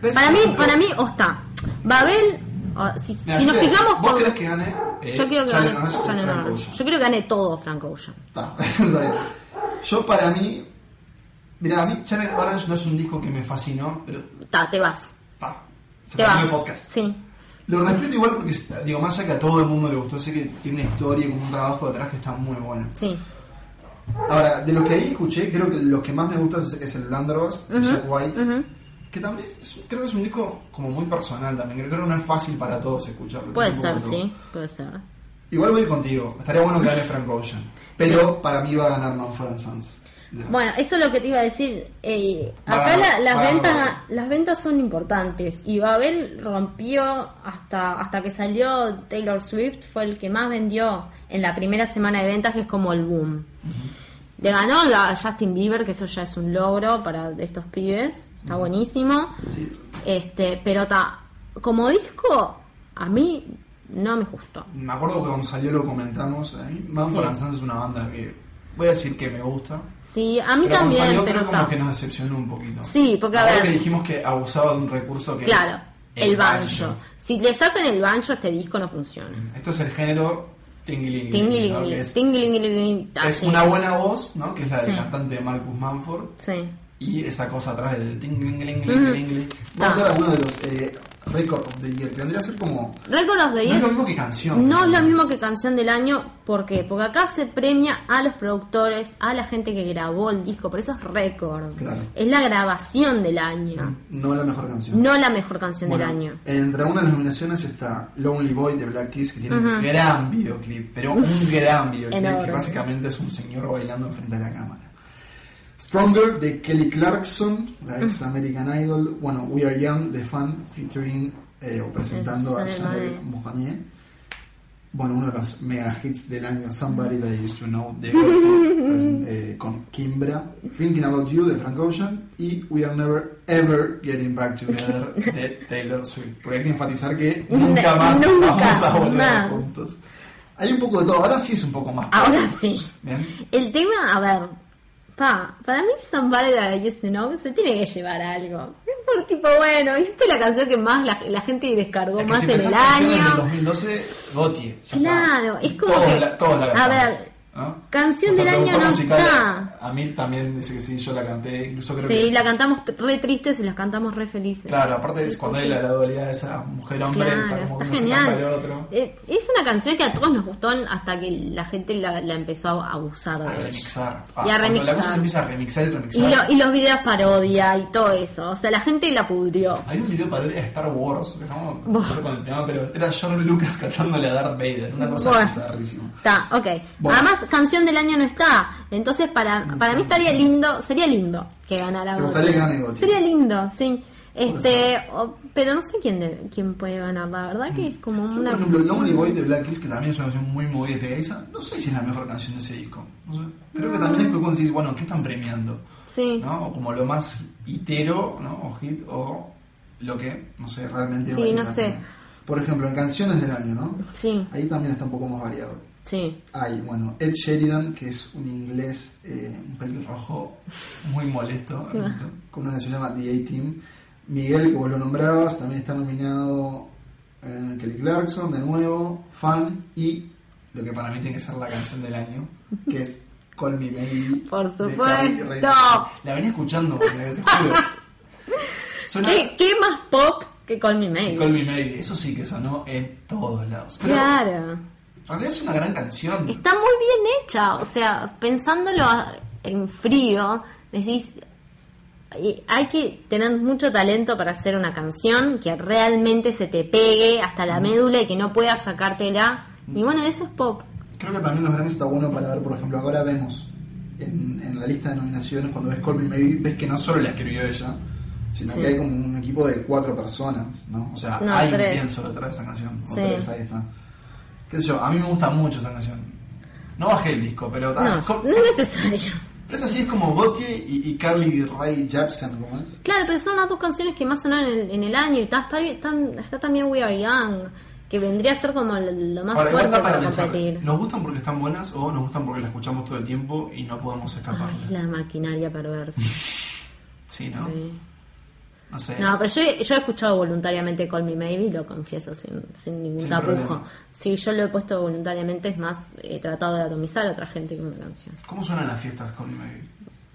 [SPEAKER 3] Pero
[SPEAKER 4] Para
[SPEAKER 3] sí,
[SPEAKER 4] mí,
[SPEAKER 3] pero-
[SPEAKER 4] para mí, o está. Babel, o- si,
[SPEAKER 3] Mira,
[SPEAKER 4] si
[SPEAKER 3] yo
[SPEAKER 4] nos
[SPEAKER 3] creo-
[SPEAKER 4] fijamos
[SPEAKER 3] ¿Vos
[SPEAKER 4] por-
[SPEAKER 3] querés que gane? eh,
[SPEAKER 4] Yo quiero que
[SPEAKER 3] Channel
[SPEAKER 4] gane
[SPEAKER 3] Orange o
[SPEAKER 4] Channel
[SPEAKER 3] Frank
[SPEAKER 4] Orange.
[SPEAKER 3] Ocean?
[SPEAKER 4] Yo quiero que gane todo Frank Ocean.
[SPEAKER 3] Ta, está bien. Yo para mí, mira, a mí Channel Orange no es un disco que me fascinó, pero
[SPEAKER 4] Ta, te vas.
[SPEAKER 3] ta, se
[SPEAKER 4] Te
[SPEAKER 3] terminó
[SPEAKER 4] vas.
[SPEAKER 3] el podcast.
[SPEAKER 4] Sí.
[SPEAKER 3] Lo respeto igual porque, digo, más allá que a todo el mundo le gustó, sé que tiene una historia y como un trabajo detrás que está muy bueno.
[SPEAKER 4] Sí.
[SPEAKER 3] Ahora, de los que ahí escuché, creo que los que más me gusta es, es el Blunderbuss, de Jack White,
[SPEAKER 4] ujú.
[SPEAKER 3] que también es- creo que es un disco como muy personal también, creo que no es fácil para todos escucharlo.
[SPEAKER 4] Puede
[SPEAKER 3] es un
[SPEAKER 4] ser,
[SPEAKER 3] poco loco.
[SPEAKER 4] sí. Puede ser.
[SPEAKER 3] Igual voy a ir contigo, estaría bueno que gane Frank Ocean, pero para mí va a ganar Man Foreign Sons.
[SPEAKER 4] Bueno, eso es lo que te iba a decir. Eh,
[SPEAKER 3] Va
[SPEAKER 4] acá la-
[SPEAKER 3] ganando,
[SPEAKER 4] las,
[SPEAKER 3] va ganando
[SPEAKER 4] ventas,
[SPEAKER 3] Babel.
[SPEAKER 4] las ventas son importantes y Babel rompió hasta, hasta que salió Taylor Swift, fue el que más vendió en la primera semana de ventas, que es como el boom. Le ganó la- a Justin Bieber, que eso ya es un logro para estos pibes, está buenísimo.
[SPEAKER 3] Sí.
[SPEAKER 4] Este, pero ta, como disco, a mí no me gustó.
[SPEAKER 3] Me acuerdo que cuando salió lo comentamos. A mí Man
[SPEAKER 4] Sí.
[SPEAKER 3] for Sons es una banda que voy a decir que me gusta.
[SPEAKER 4] Sí, a mí
[SPEAKER 3] pero
[SPEAKER 4] también,
[SPEAKER 3] cuando salió
[SPEAKER 4] pero
[SPEAKER 3] creo como
[SPEAKER 4] ta.
[SPEAKER 3] que nos decepcionó un poquito.
[SPEAKER 4] Sí, porque, a
[SPEAKER 3] Ahora
[SPEAKER 4] ver-
[SPEAKER 3] que dijimos que abusaba de un recurso que
[SPEAKER 4] Claro,
[SPEAKER 3] es
[SPEAKER 4] el, banjo. Si le sacan el banjo, este disco no funciona.
[SPEAKER 3] Esto es el género tingiling. ¿no? Que
[SPEAKER 4] Tinglilingling,
[SPEAKER 3] Mm, Es,
[SPEAKER 4] tinglilingling, ah,
[SPEAKER 3] es
[SPEAKER 4] sí.
[SPEAKER 3] una buena voz, ¿no? Que es la del
[SPEAKER 4] Sí.
[SPEAKER 3] cantante Marcus Manford.
[SPEAKER 4] Sí.
[SPEAKER 3] Y esa cosa atrás del tingiling. Vamos a hacer alguno de los eh, Record of the Year, que vendría a ser como.
[SPEAKER 4] Récords de
[SPEAKER 3] No es
[SPEAKER 4] Hierro
[SPEAKER 3] lo mismo que canción.
[SPEAKER 4] no es lo mismo que Canción del Año, ¿por qué? Porque acá se premia a los productores, a la gente que grabó el disco, por eso es récord.
[SPEAKER 3] Claro.
[SPEAKER 4] Es la grabación del año,
[SPEAKER 3] No la mejor canción.
[SPEAKER 4] no la mejor canción
[SPEAKER 3] Bueno,
[SPEAKER 4] del año.
[SPEAKER 3] Entre una de las nominaciones está Lonely Boy de Black Keys, que tiene un gran videoclip, pero un gran videoclip, que
[SPEAKER 4] Enorme.
[SPEAKER 3] básicamente es un señor bailando frente a la cámara. Stronger de Kelly Clarkson, la ex American Idol. Bueno, We Are Young de Fan, featuring eh, o presentando a
[SPEAKER 4] Sí, sí,
[SPEAKER 3] Chanel
[SPEAKER 4] sí.
[SPEAKER 3] Mohamed. Bueno, uno de los mega hits del año, Somebody That I Used to Know de Earthwood, presen- eh, con Kimbra. Thinking About You de Frank Ocean. Y We Are Never Ever Getting Back Together de Taylor Swift. Porque hay que enfatizar que nunca
[SPEAKER 4] Ne-
[SPEAKER 3] más
[SPEAKER 4] nunca
[SPEAKER 3] vamos a volver
[SPEAKER 4] más.
[SPEAKER 3] juntos. Hay un poco de todo, ahora sí es un poco más. pop.
[SPEAKER 4] Ahora sí.
[SPEAKER 3] Bien.
[SPEAKER 4] El tema, a ver, pa, para mí Somebody That I Used to Know se tiene que llevar a algo. Es por tipo, bueno, hiciste la canción que más la, la gente descargó
[SPEAKER 3] Es que
[SPEAKER 4] más
[SPEAKER 3] si
[SPEAKER 4] en el
[SPEAKER 3] pensás canciones del
[SPEAKER 4] año.
[SPEAKER 3] 2012, Gotti. ya está.
[SPEAKER 4] Claro, es como
[SPEAKER 3] Todos
[SPEAKER 4] que-
[SPEAKER 3] la- todos la
[SPEAKER 4] a
[SPEAKER 3] cantamos,
[SPEAKER 4] ver,
[SPEAKER 3] ¿no?
[SPEAKER 4] canción
[SPEAKER 3] Nuestra
[SPEAKER 4] del año
[SPEAKER 3] productora
[SPEAKER 4] no
[SPEAKER 3] musical,
[SPEAKER 4] está.
[SPEAKER 3] A mí también dice que sí, yo la canté, incluso creo que...
[SPEAKER 4] Sí, la cantamos t- re tristes y la cantamos re felices.
[SPEAKER 3] Claro, aparte
[SPEAKER 4] Sí,
[SPEAKER 3] es
[SPEAKER 4] sí,
[SPEAKER 3] cuando
[SPEAKER 4] sí.
[SPEAKER 3] hay la, la dualidad de esa mujer-hombre,
[SPEAKER 4] Claro,
[SPEAKER 3] está como
[SPEAKER 4] está
[SPEAKER 3] que uno se tapa
[SPEAKER 4] genial.
[SPEAKER 3] al otro.
[SPEAKER 4] Eh, Es una canción que a todos nos gustó hasta que la gente la, la empezó a abusar
[SPEAKER 3] A
[SPEAKER 4] de ella.
[SPEAKER 3] remixar. Ah,
[SPEAKER 4] Eh, Y a
[SPEAKER 3] cuando La
[SPEAKER 4] remixar.
[SPEAKER 3] cosa se empieza a remixar y
[SPEAKER 4] Y,
[SPEAKER 3] remixar.
[SPEAKER 4] lo- y los videos parodia y todo eso. O sea, la gente la pudrió.
[SPEAKER 3] Hay un video parodia de Star Wars, dejamos con el tema, pero era George Lucas cantándole a Darth Vader, una cosa
[SPEAKER 4] Bueno.
[SPEAKER 3] bizarrísima.
[SPEAKER 4] Está, ok.
[SPEAKER 3] Bueno.
[SPEAKER 4] Además, canción del año no está. Entonces, para, para mí estaría lindo, sería lindo que ganara
[SPEAKER 3] ¿Te
[SPEAKER 4] Gotti.
[SPEAKER 3] gustaría que gane Gotti?
[SPEAKER 4] Sería lindo, sí. Este,
[SPEAKER 3] ser.
[SPEAKER 4] o- pero no sé quién de- quién puede ganar, la verdad que es como
[SPEAKER 3] Yo,
[SPEAKER 4] una
[SPEAKER 3] por ejemplo, Lonely Boy de Black Keys, que también es una canción muy movida y pegadiza, no sé si es la mejor canción de ese disco. No sé. Creo que
[SPEAKER 4] Mm.
[SPEAKER 3] también es que vos decís, bueno, ¿qué están premiando?
[SPEAKER 4] Sí.
[SPEAKER 3] ¿No? O como lo más hitero, ¿no? O hit, o lo que, no sé, realmente.
[SPEAKER 4] Sí,
[SPEAKER 3] vale
[SPEAKER 4] no
[SPEAKER 3] la
[SPEAKER 4] sé.
[SPEAKER 3] pena. Por ejemplo, en canciones del año, ¿no?
[SPEAKER 4] Sí.
[SPEAKER 3] Ahí también está un poco más variado.
[SPEAKER 4] Sí.
[SPEAKER 3] Hay, bueno, Ed Sheridan, que es un inglés, eh, un pelirrojo muy molesto,
[SPEAKER 4] Ah.
[SPEAKER 3] con una canción llamada The A-Team. Miguel, que vos lo nombrabas, también está nominado eh, Kelly Clarkson, de nuevo, Fan, y lo que para mí tiene que ser la canción del año, que es Call Me Baby.
[SPEAKER 4] Por
[SPEAKER 3] de Carly Rae
[SPEAKER 4] supuesto.
[SPEAKER 3] Jepsen. La venía escuchando, boludo, te juro. Suena
[SPEAKER 4] ¿Qué, qué más pop que Call Me Maybe?
[SPEAKER 3] Call Me Baby, eso sí que sonó en todos lados. Pero
[SPEAKER 4] Claro.
[SPEAKER 3] en realidad es una gran canción.
[SPEAKER 4] Está muy bien hecha, o sea, pensándolo a- en frío, decís, eh, hay que tener mucho talento para hacer una canción que realmente se te pegue hasta la médula y que no puedas sacártela. Y bueno, eso es pop.
[SPEAKER 3] Creo que también los Grammys está bueno para ver, por ejemplo, ahora vemos en, en la lista de nominaciones, cuando ves Call Me Maybe, ves que no solo la escribió ella, sino
[SPEAKER 4] Sí.
[SPEAKER 3] que hay como un equipo de cuatro personas, ¿no? O sea,
[SPEAKER 4] No,
[SPEAKER 3] hay
[SPEAKER 4] tres.
[SPEAKER 3] un pienso detrás de esa canción, o
[SPEAKER 4] Sí.
[SPEAKER 3] tres, ahí está. Qué sé yo, a mí me gusta mucho esa canción. No bajé el disco, pero...
[SPEAKER 4] No,
[SPEAKER 3] ah, co-
[SPEAKER 4] no es necesario.
[SPEAKER 3] Pero es así, es como Gotti y, y Carly Rae Jepsen, ¿cómo es?
[SPEAKER 4] Claro, pero son las dos canciones que más sonaron en el, en el año y está, está, bien- están- está también We Are Young, que vendría a ser como lo más
[SPEAKER 3] Ahora, igual
[SPEAKER 4] fuerte
[SPEAKER 3] da
[SPEAKER 4] para
[SPEAKER 3] pensar,
[SPEAKER 4] competir.
[SPEAKER 3] ¿Nos gustan porque están buenas o nos gustan porque las escuchamos todo el tiempo y no podemos
[SPEAKER 4] Ay,
[SPEAKER 3] escaparlas?
[SPEAKER 4] la maquinaria perversa.
[SPEAKER 3] Sí, ¿no?
[SPEAKER 4] sí.
[SPEAKER 3] No sé.
[SPEAKER 4] No, pero yo, yo he escuchado voluntariamente Call Me Maybe, lo confieso sin, sin ningún
[SPEAKER 3] Sin
[SPEAKER 4] tapujo.
[SPEAKER 3] problema.
[SPEAKER 4] Sí, yo lo he puesto voluntariamente, es más, he tratado de atomizar a otra gente con una canción.
[SPEAKER 3] ¿Cómo suenan las fiestas con mi baby?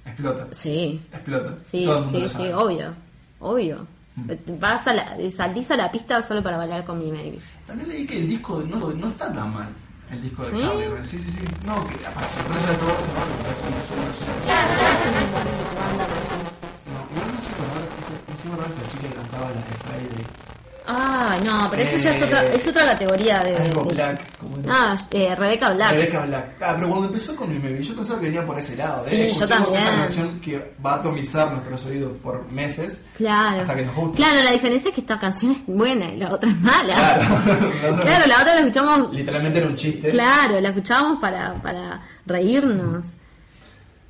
[SPEAKER 3] Explota.
[SPEAKER 4] Sí,
[SPEAKER 3] Explota.
[SPEAKER 4] sí,
[SPEAKER 3] Todo el mundo
[SPEAKER 4] sí,
[SPEAKER 3] lo
[SPEAKER 4] sí,
[SPEAKER 3] sabe. Mm.
[SPEAKER 4] obvio, obvio. Eh, Vas a la, salís a la pista solo para bailar con Me Maybe.
[SPEAKER 3] También leí que el disco no, no está tan mal. El disco de
[SPEAKER 4] ¿Sí?
[SPEAKER 3] Carly. Sí, sí, sí. No, que para sorpresa de todos, no, sorpresa no suena. suena. No, igual me hace acordar, me hace acordar esta chica que cantaba la de Friday.
[SPEAKER 4] Ah, no, pero eso ya es
[SPEAKER 3] Eh,
[SPEAKER 4] otra, es otra categoría de...
[SPEAKER 3] Algo
[SPEAKER 4] de-
[SPEAKER 3] black. Como era.
[SPEAKER 4] Ah, eh, Rebeca Black.
[SPEAKER 3] Rebecca Black. Ah, pero cuando empezó con mi baby, yo pensaba que venía por ese lado.
[SPEAKER 4] Sí,
[SPEAKER 3] eh,
[SPEAKER 4] yo
[SPEAKER 3] escuchemos
[SPEAKER 4] también.
[SPEAKER 3] Esta canción que va a atomizar nuestros oídos por meses.
[SPEAKER 4] Claro.
[SPEAKER 3] Hasta que nos guste.
[SPEAKER 4] Claro, la diferencia es que esta canción es buena y la otra es mala.
[SPEAKER 3] Claro.
[SPEAKER 4] Claro, la otra la escuchamos
[SPEAKER 3] Literalmente era un chiste.
[SPEAKER 4] Claro, la escuchábamos para, para reírnos.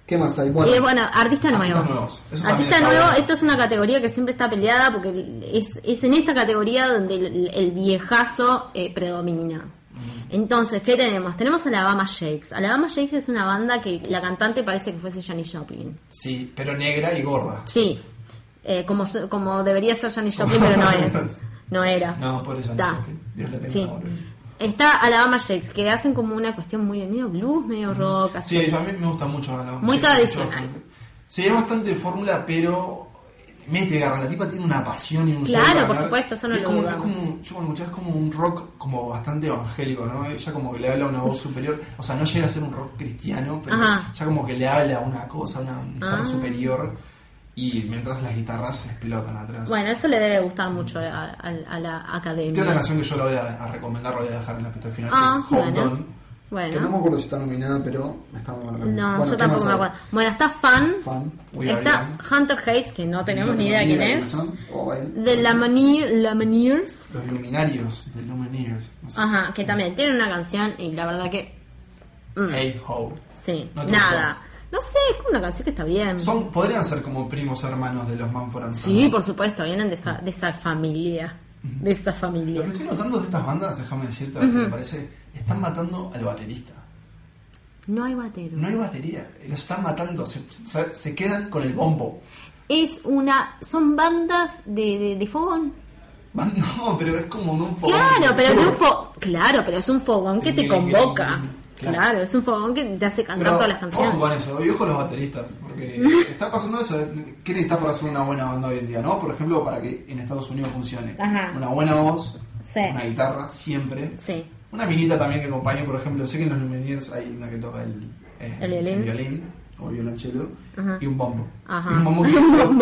[SPEAKER 3] ¿Qué más hay?
[SPEAKER 4] Y bueno, artista nuevo.
[SPEAKER 3] Artistas nuevos. Eso también
[SPEAKER 4] Artista
[SPEAKER 3] está
[SPEAKER 4] nuevo,
[SPEAKER 3] bueno.
[SPEAKER 4] esto es una categoría que siempre está peleada porque es, es en esta categoría donde el, el viejazo eh, predomina.
[SPEAKER 3] Mm.
[SPEAKER 4] Entonces, ¿qué tenemos? Tenemos a Alabama Shakes. Alabama Shakes es una banda que la cantante parece que fuese Janis Joplin.
[SPEAKER 3] Sí, pero negra y gorda.
[SPEAKER 4] Sí, eh, como, su- como debería ser Janis Joplin, pero no es. No era.
[SPEAKER 3] No, por eso no
[SPEAKER 4] Da.
[SPEAKER 3] sé qué. Dios la tenga
[SPEAKER 4] Sí.
[SPEAKER 3] ahora.
[SPEAKER 4] Está Alabama Shakes, que hacen como una cuestión muy medio blues, medio rock, así.
[SPEAKER 3] Sí, yo a mí me gusta mucho la
[SPEAKER 4] Muy
[SPEAKER 3] sí,
[SPEAKER 4] tradicional.
[SPEAKER 3] mucho. Sí, es bastante fórmula, pero mete garra. La tipa tiene una pasión y un
[SPEAKER 4] Claro,
[SPEAKER 3] saber
[SPEAKER 4] por
[SPEAKER 3] ganar.
[SPEAKER 4] supuesto, eso no
[SPEAKER 3] Y es
[SPEAKER 4] lo
[SPEAKER 3] como,
[SPEAKER 4] dudamos.
[SPEAKER 3] es como- Yo cuando escuchás es como un rock como bastante evangélico, ¿no? Ella como que le habla a una voz superior. O sea, no llega a ser un rock cristiano, pero
[SPEAKER 4] Ajá.
[SPEAKER 3] ya como que le habla a una cosa, una, un ser
[SPEAKER 4] Ah.
[SPEAKER 3] superior. Y mientras las guitarras se explotan atrás.
[SPEAKER 4] Bueno, eso le debe gustar mucho a, a- a la
[SPEAKER 3] Tiene una
[SPEAKER 4] academia.
[SPEAKER 3] canción que yo la voy a, a recomendar, la voy a dejar en la pista final,
[SPEAKER 4] Ah,
[SPEAKER 3] que es Hold
[SPEAKER 4] bueno.
[SPEAKER 3] On. Que no me
[SPEAKER 4] Bueno,
[SPEAKER 3] acuerdo si está nominada, pero está muy buena también.
[SPEAKER 4] no,
[SPEAKER 3] Bueno,
[SPEAKER 4] yo
[SPEAKER 3] ¿qué
[SPEAKER 4] tampoco
[SPEAKER 3] más
[SPEAKER 4] me
[SPEAKER 3] hay?
[SPEAKER 4] acuerdo. Bueno, está Fan.
[SPEAKER 3] Fan. We Are
[SPEAKER 4] Está
[SPEAKER 3] Young.
[SPEAKER 4] Hunter Hayes, que no tenemos
[SPEAKER 3] No
[SPEAKER 4] ni idea
[SPEAKER 3] tengo
[SPEAKER 4] quién
[SPEAKER 3] quiénes
[SPEAKER 4] es.
[SPEAKER 3] son. O él.
[SPEAKER 4] De la Maniers.
[SPEAKER 3] Los Luminarios, de Lumineers. No sé.
[SPEAKER 4] Ajá, que también tiene una canción y la verdad que. mm,
[SPEAKER 3] Hey Ho.
[SPEAKER 4] sí,
[SPEAKER 3] No te
[SPEAKER 4] nada. No sé, es como una canción que está bien.
[SPEAKER 3] Son, podrían ser como primos hermanos de los Manford and Son.
[SPEAKER 4] Sí, por supuesto, vienen de esa, de esa familia. De esa
[SPEAKER 3] Lo
[SPEAKER 4] familia.
[SPEAKER 3] que estoy notando de estas bandas, déjame decirte, lo que me parece, están matando al baterista.
[SPEAKER 4] No hay batero.
[SPEAKER 3] No hay batería, lo están matando, se, se- se quedan con el bombo.
[SPEAKER 4] Es una. Son bandas de, de, de fogón.
[SPEAKER 3] Van- No, pero es como de un fogón.
[SPEAKER 4] Claro, pero
[SPEAKER 3] Sí.
[SPEAKER 4] de un fo- claro, pero es un fogón que te
[SPEAKER 3] Claro.
[SPEAKER 4] convoca.
[SPEAKER 3] Claro.
[SPEAKER 4] Claro, es un fogón que te hace cantar
[SPEAKER 3] Pero
[SPEAKER 4] todas las canciones.
[SPEAKER 3] Ojo con eso, y ojo con los bateristas, porque está pasando eso. ¿Qué necesitas para hacer una buena banda hoy en día, no? Por ejemplo, para que en Estados Unidos funcione.
[SPEAKER 4] Ajá.
[SPEAKER 3] Una buena voz,
[SPEAKER 4] Sí.
[SPEAKER 3] una guitarra, siempre.
[SPEAKER 4] Sí.
[SPEAKER 3] Una minita también que acompañe, por ejemplo, sé que en los Lumineers hay una que toca el, eh,
[SPEAKER 4] El violín.
[SPEAKER 3] o violonchelo y un bombo.
[SPEAKER 4] Ajá.
[SPEAKER 3] Y un bombo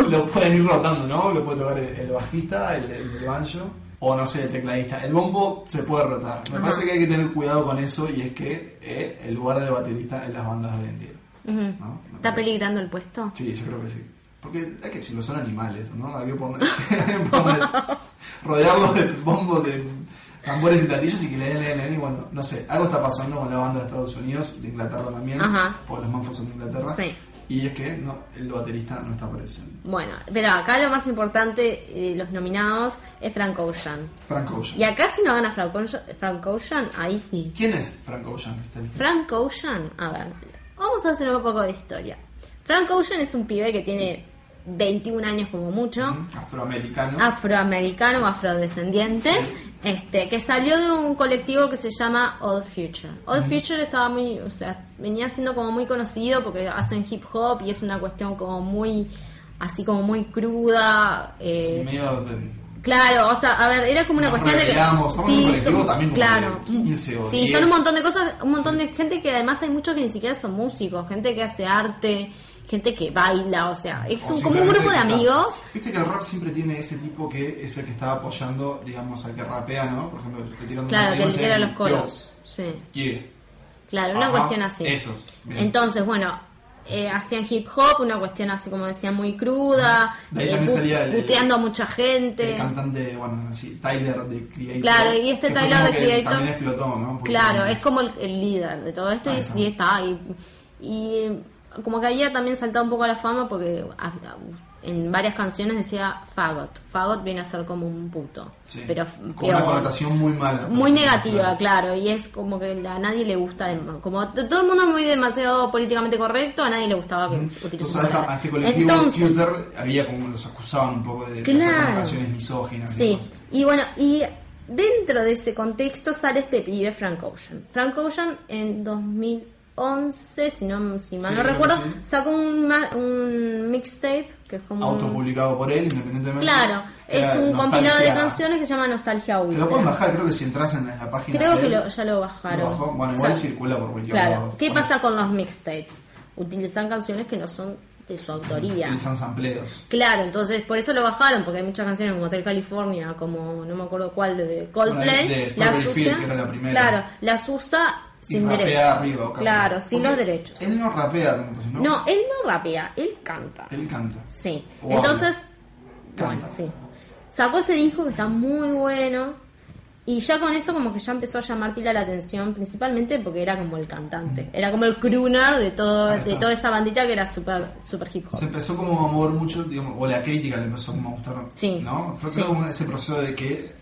[SPEAKER 3] que lo, lo pueden ir rotando, ¿no? Lo puede tocar el, el bajista, el, el del banjo o no sé, el tecladista. El bombo se puede rotar. Me parece que hay que tener cuidado con eso y es que eh, el lugar del baterista en las bandas de hoy en día.
[SPEAKER 4] Ujú.
[SPEAKER 3] ¿no? Me
[SPEAKER 4] ¿Está
[SPEAKER 3] parece.
[SPEAKER 4] peligrando el puesto?
[SPEAKER 3] Sí, yo creo que sí. Porque hay que decirlo, son animales, ¿no? Hay que poner, poner- rodearlos de bombos, de tambores y platillos y que le den, le den, le den. Y bueno, no sé, algo está pasando con la banda de Estados Unidos, de Inglaterra también,
[SPEAKER 4] Ajá.
[SPEAKER 3] por los Manfos son de Inglaterra.
[SPEAKER 4] Sí.
[SPEAKER 3] Y es que no, el baterista no está apareciendo.
[SPEAKER 4] Bueno, pero acá lo más importante, eh, los nominados, es Frank Ocean.
[SPEAKER 3] Frank Ocean.
[SPEAKER 4] Y acá si no gana Frank Ocean, Frank Ocean ahí sí.
[SPEAKER 3] ¿Quién es Frank Ocean, Cristel?
[SPEAKER 4] Frank Ocean, a ver, vamos a hacer un poco de historia. Frank Ocean es un pibe que tiene 21 años como mucho.
[SPEAKER 3] Afroamericano.
[SPEAKER 4] afroamericano, afrodescendiente, este, que salió de un colectivo que se llama Old Future. Old Future estaba muy, o sea, venía siendo como muy conocido porque hacen hip hop y es una cuestión como muy, así como muy cruda. eh,
[SPEAKER 3] Sí, medio de-
[SPEAKER 4] Claro, o sea, a ver, era como una
[SPEAKER 3] Nos
[SPEAKER 4] cuestión de que.
[SPEAKER 3] revelamos, somos un colectivo también como
[SPEAKER 4] claro.
[SPEAKER 3] de 15 o
[SPEAKER 4] sí,
[SPEAKER 3] 10.
[SPEAKER 4] son un montón de cosas, un montón de gente que además hay muchos que ni siquiera son músicos, gente que hace arte, gente que baila, o sea, es
[SPEAKER 3] o
[SPEAKER 4] un- como un grupo de
[SPEAKER 3] simplemente que
[SPEAKER 4] amigos.
[SPEAKER 3] está- Viste que el rap siempre tiene ese tipo que es el que está apoyando, digamos, al que rapea, ¿no? Por ejemplo, te tiran un
[SPEAKER 4] Claro, que
[SPEAKER 3] ritmo
[SPEAKER 4] le
[SPEAKER 3] y
[SPEAKER 4] tira
[SPEAKER 3] dicen,
[SPEAKER 4] los coros. Sí.
[SPEAKER 3] "Yeah".
[SPEAKER 4] Claro, una
[SPEAKER 3] Ajá,
[SPEAKER 4] cuestión así.
[SPEAKER 3] esos, bien.
[SPEAKER 4] Entonces, bueno, eh, hacían hip hop, una cuestión así como decía muy cruda,
[SPEAKER 3] De ahí
[SPEAKER 4] eh,
[SPEAKER 3] también
[SPEAKER 4] pu-
[SPEAKER 3] salía el-
[SPEAKER 4] puteando a mucha
[SPEAKER 3] El
[SPEAKER 4] gente.
[SPEAKER 3] cantante, bueno, así, Tyler de Creator.
[SPEAKER 4] Claro, y este
[SPEAKER 3] que fue
[SPEAKER 4] Tyler,
[SPEAKER 3] como
[SPEAKER 4] The
[SPEAKER 3] que
[SPEAKER 4] Creator-
[SPEAKER 3] También explotó, ¿no? Porque
[SPEAKER 4] Claro,
[SPEAKER 3] también
[SPEAKER 4] es como el, el líder de todo esto y,
[SPEAKER 3] Ahí
[SPEAKER 4] es-
[SPEAKER 3] está.
[SPEAKER 4] y está. Y, y, eh, como que había también saltado un poco a la fama porque ah, ah, en varias canciones decía fagot. Fagot viene a ser como un puto.
[SPEAKER 3] Sí.
[SPEAKER 4] Pero,
[SPEAKER 3] con
[SPEAKER 4] pero-
[SPEAKER 3] una connotación muy mala.
[SPEAKER 4] muy
[SPEAKER 3] Claro.
[SPEAKER 4] negativa, claro. y es como que a nadie le gusta, de- como t- todo el mundo es muy demasiado políticamente correcto, a nadie le gustaba que
[SPEAKER 3] Entonces
[SPEAKER 4] utilicen
[SPEAKER 3] a, esta- a
[SPEAKER 4] palabras.
[SPEAKER 3] este colectivo
[SPEAKER 4] Entonces,
[SPEAKER 3] Twitter había como los acusaban un poco de hacer
[SPEAKER 4] Claro.
[SPEAKER 3] connotaciones misóginas. y
[SPEAKER 4] Sí,
[SPEAKER 3] cosas.
[SPEAKER 4] y bueno, y dentro de ese contexto sale este pibe Frank Ocean. Frank Ocean en 2011, si, no, si mal
[SPEAKER 3] Sí,
[SPEAKER 4] no
[SPEAKER 3] creo
[SPEAKER 4] recuerdo,
[SPEAKER 3] que sí.
[SPEAKER 4] sacó un, ma- un mixtape que es como... un-
[SPEAKER 3] Autopublicado por él, independientemente.
[SPEAKER 4] Claro, es
[SPEAKER 3] Era
[SPEAKER 4] un compilado de
[SPEAKER 3] nostalgia.
[SPEAKER 4] canciones que se llama Nostalgia
[SPEAKER 3] Te
[SPEAKER 4] Ultra.
[SPEAKER 3] lo pueden bajar, creo que si entras en la, en la página.
[SPEAKER 4] Creo
[SPEAKER 3] de
[SPEAKER 4] que
[SPEAKER 3] él,
[SPEAKER 4] lo- ya lo bajaron.
[SPEAKER 3] lo bajó. Bueno,
[SPEAKER 4] O
[SPEAKER 3] igual
[SPEAKER 4] sea,
[SPEAKER 3] circula por cualquier
[SPEAKER 4] Claro,
[SPEAKER 3] lado.
[SPEAKER 4] ¿qué
[SPEAKER 3] Bueno,
[SPEAKER 4] pasa con los mixtapes? Utilizan canciones que no son de su autoría.
[SPEAKER 3] Utilizan sampleos.
[SPEAKER 4] Claro, entonces por eso lo bajaron, porque hay muchas canciones como Hotel California, como no me acuerdo cuál, de Coldplay,
[SPEAKER 3] Bueno, de Strawberry
[SPEAKER 4] las
[SPEAKER 3] Fields,
[SPEAKER 4] usa,
[SPEAKER 3] que era la primera.
[SPEAKER 4] claro, las usa
[SPEAKER 3] y
[SPEAKER 4] sin
[SPEAKER 3] rapea
[SPEAKER 4] derechos.
[SPEAKER 3] arriba. o canta.
[SPEAKER 4] Claro, sin
[SPEAKER 3] Porque
[SPEAKER 4] los derechos.
[SPEAKER 3] Él no rapea tanto, sino.
[SPEAKER 4] No, él no rapea, él canta.
[SPEAKER 3] Él canta.
[SPEAKER 4] Sí,
[SPEAKER 3] O
[SPEAKER 4] entonces,
[SPEAKER 3] Canta.
[SPEAKER 4] bueno, sí. Sacó ese disco que está muy bueno y ya con eso como que ya empezó a llamar pila la atención, principalmente porque era como el cantante, era como el crooner de todo,
[SPEAKER 3] Mm. Ahí está.
[SPEAKER 4] de toda esa bandita que era super, super hip hop.
[SPEAKER 3] Se empezó como a mover mucho, digamos, o la crítica le empezó como a gustar,
[SPEAKER 4] Sí.
[SPEAKER 3] ¿no? Fue
[SPEAKER 4] Sí.
[SPEAKER 3] creo como ese proceso de que eh,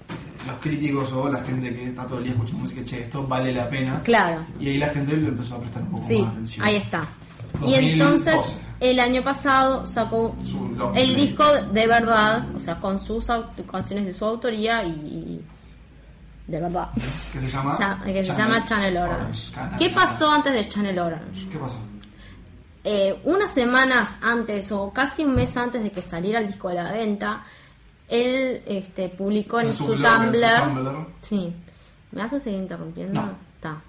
[SPEAKER 3] los críticos o la gente que está todo el día escuchando música, che, esto vale la pena.
[SPEAKER 4] Claro.
[SPEAKER 3] Y ahí la gente le empezó a prestar un poco
[SPEAKER 4] Sí,
[SPEAKER 3] más atención.
[SPEAKER 4] ahí está. Y
[SPEAKER 3] 2012.
[SPEAKER 4] entonces el año pasado sacó
[SPEAKER 3] Su long
[SPEAKER 4] el
[SPEAKER 3] play.
[SPEAKER 4] disco de verdad, o sea, con sus au- canciones de su autoría y, y- de verdad.
[SPEAKER 3] Que se llama...
[SPEAKER 4] Ya- que se llama Channel Orange.
[SPEAKER 3] Canal-
[SPEAKER 4] ¿Qué pasó antes de Channel Orange?
[SPEAKER 3] ¿Qué pasó?
[SPEAKER 4] Eh, unas semanas antes o casi un mes antes de que saliera el disco a la venta, él este, publicó en,
[SPEAKER 3] En su
[SPEAKER 4] su,
[SPEAKER 3] blog, en su
[SPEAKER 4] Tumblr,
[SPEAKER 3] Tumblr.
[SPEAKER 4] Sí. ¿Me vas a seguir interrumpiendo?
[SPEAKER 3] No.
[SPEAKER 4] Está.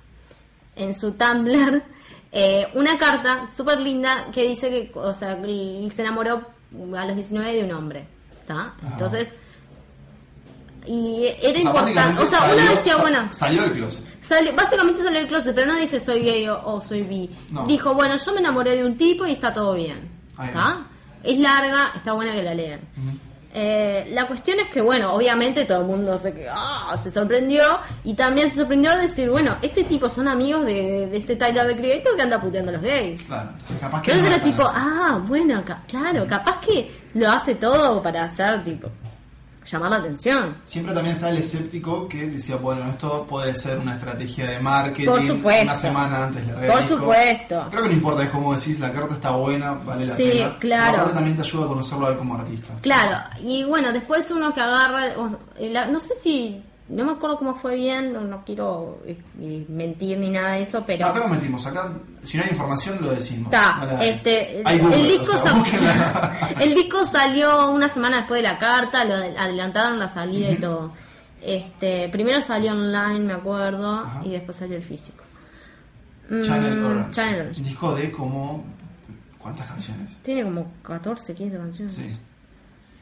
[SPEAKER 4] En su Tumblr, eh, una carta súper linda que dice que, o sea, él se enamoró a los 19 de un hombre. ¿Está? Entonces. Y era importante.
[SPEAKER 3] básicamente
[SPEAKER 4] O sea,
[SPEAKER 3] salió-
[SPEAKER 4] una decía,
[SPEAKER 3] sa-
[SPEAKER 4] bueno.
[SPEAKER 3] Salió del closet.
[SPEAKER 4] Sale- básicamente sale del closet, pero no dice soy gay o, o soy bi.
[SPEAKER 3] No.
[SPEAKER 4] Dijo, bueno, yo me enamoré de un tipo y está todo bien.
[SPEAKER 3] Ahí
[SPEAKER 4] ¿Está?
[SPEAKER 3] va.
[SPEAKER 4] Es larga, está buena que la lean. Eh, la cuestión es que, bueno, obviamente todo el mundo se, que- ah, se sorprendió y también se sorprendió de decir, bueno, este tipo son amigos de, de este Tyler de Creator que anda puteando a los gays.
[SPEAKER 3] Claro, entonces capaz que...
[SPEAKER 4] Entonces
[SPEAKER 3] no
[SPEAKER 4] era
[SPEAKER 3] tan
[SPEAKER 4] tipo,
[SPEAKER 3] así.
[SPEAKER 4] ah, bueno, ca- claro, capaz que lo hace todo para hacer, tipo, llamar la atención.
[SPEAKER 3] Siempre también está el escéptico que decía, bueno, esto puede ser una estrategia de marketing.
[SPEAKER 4] Por supuesto.
[SPEAKER 3] Una semana antes le
[SPEAKER 4] Por
[SPEAKER 3] regalico.
[SPEAKER 4] supuesto.
[SPEAKER 3] Creo que no importa, es como decís, la carta está buena, vale la
[SPEAKER 4] Sí,
[SPEAKER 3] pena.
[SPEAKER 4] claro.
[SPEAKER 3] Aparte también te ayuda a conocerlo a él como artista.
[SPEAKER 4] Claro, y bueno, después uno que agarra, o sea, eh, la- no sé si, no me acuerdo cómo fue bien, no, no quiero eh, eh, mentir ni nada de eso, pero...
[SPEAKER 3] Acá no mentimos, acá si no hay información lo decimos. No la
[SPEAKER 4] Está,
[SPEAKER 3] hay.
[SPEAKER 4] este,
[SPEAKER 3] Hay
[SPEAKER 4] el,
[SPEAKER 3] Google, o
[SPEAKER 4] disco
[SPEAKER 3] sea,
[SPEAKER 4] sa-
[SPEAKER 3] búsquenla.
[SPEAKER 4] el disco salió una semana después de la carta, lo adel- adelantaron la salida y todo. Este, primero salió online, me acuerdo,
[SPEAKER 3] Ajá.
[SPEAKER 4] y después salió el físico. Mm,
[SPEAKER 3] Channel Orange.
[SPEAKER 4] Channel Orange.
[SPEAKER 3] Un disco de como... ¿Cuántas canciones?
[SPEAKER 4] Tiene como 14, 15 canciones.
[SPEAKER 3] Sí.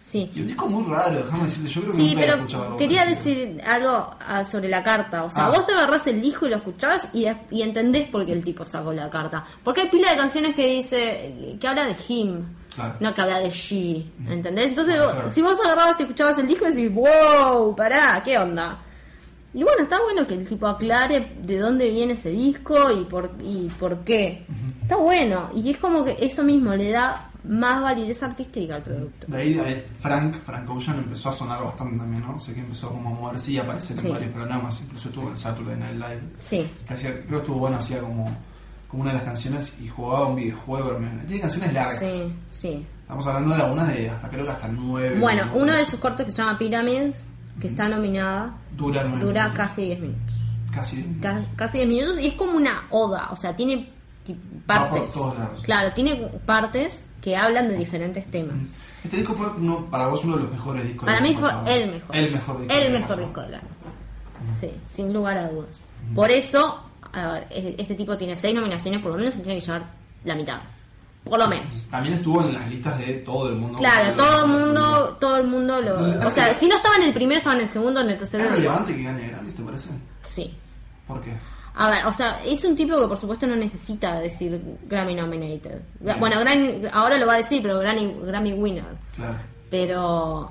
[SPEAKER 4] Sí.
[SPEAKER 3] Y un disco muy raro, déjame decirte, yo creo que
[SPEAKER 4] Sí,
[SPEAKER 3] nunca he
[SPEAKER 4] pero
[SPEAKER 3] escuchado algo
[SPEAKER 4] quería
[SPEAKER 3] parecido.
[SPEAKER 4] decir algo ah, sobre la carta. O sea,
[SPEAKER 3] Ah.
[SPEAKER 4] vos agarrás el disco y lo escuchás y, des- y entendés por qué el tipo sacó la carta. Porque hay pila de canciones que dice, que habla de him,
[SPEAKER 3] Claro.
[SPEAKER 4] no que habla de she. ¿Entendés? Entonces,
[SPEAKER 3] Ah,
[SPEAKER 4] vos-
[SPEAKER 3] claro.
[SPEAKER 4] si vos agarrabas y escuchabas el disco, decís, wow, pará, ¿qué onda? Y bueno, está bueno que el tipo aclare de dónde viene ese disco y por, y por qué. Está bueno. Y es como que eso mismo le da más validez artística al producto.
[SPEAKER 3] De ahí, de ahí, Frank, Frank Ocean empezó a sonar bastante también, ¿no? Sé que empezó como a moverse y a aparecer
[SPEAKER 4] Sí.
[SPEAKER 3] en varios programas, incluso estuvo en Saturday Night Live.
[SPEAKER 4] Sí.
[SPEAKER 3] Que hacía, creo que estuvo bueno, hacía como, como una de las canciones y jugaba un videojuego. hermano. Tiene canciones largas.
[SPEAKER 4] Sí, sí.
[SPEAKER 3] Estamos hablando de algunas de hasta creo que hasta nueve.
[SPEAKER 4] Bueno,
[SPEAKER 3] ¿no?
[SPEAKER 4] uno de sus cortos que se llama Pyramids, que está nominada,
[SPEAKER 3] Dura nueve
[SPEAKER 4] dura
[SPEAKER 3] minutos.
[SPEAKER 4] casi 10 minutos.
[SPEAKER 3] Casi.
[SPEAKER 4] Ca- Casi 10 minutos y es como una oda, o sea, tiene ti-
[SPEAKER 3] Va por
[SPEAKER 4] partes.
[SPEAKER 3] todos lados.
[SPEAKER 4] Claro, tiene partes que hablan de diferentes temas.
[SPEAKER 3] Este disco fue uno, para vos uno de los mejores discos.
[SPEAKER 4] Para
[SPEAKER 3] del
[SPEAKER 4] mí
[SPEAKER 3] año
[SPEAKER 4] fue
[SPEAKER 3] pasado.
[SPEAKER 4] el mejor.
[SPEAKER 3] El mejor disco.
[SPEAKER 4] El
[SPEAKER 3] del año
[SPEAKER 4] mejor
[SPEAKER 3] pasado.
[SPEAKER 4] disco del año. Sí, sin lugar a dudas. Por eso, a ver, e- este tipo tiene 6 nominaciones, por lo menos se tiene que llevar la mitad. Por lo menos.
[SPEAKER 3] También estuvo en las listas de todo el mundo.
[SPEAKER 4] Claro,
[SPEAKER 3] Porque
[SPEAKER 4] todo el
[SPEAKER 3] lo-
[SPEAKER 4] mundo, todo el mundo lo...
[SPEAKER 3] Entonces,
[SPEAKER 4] O sea,
[SPEAKER 3] es-
[SPEAKER 4] si no estaba en el primero, estaba en el segundo, en el tercero.
[SPEAKER 3] ¿Es
[SPEAKER 4] en el-
[SPEAKER 3] relevante que gane Grammys, te parece?
[SPEAKER 4] Sí.
[SPEAKER 3] ¿Por qué?
[SPEAKER 4] A ver, o sea, es un tipo que por supuesto no necesita decir Grammy nominated. Gra-
[SPEAKER 3] Bien.
[SPEAKER 4] Bueno, Grammy- ahora lo va a decir, pero Grammy, Grammy winner.
[SPEAKER 3] Claro.
[SPEAKER 4] Pero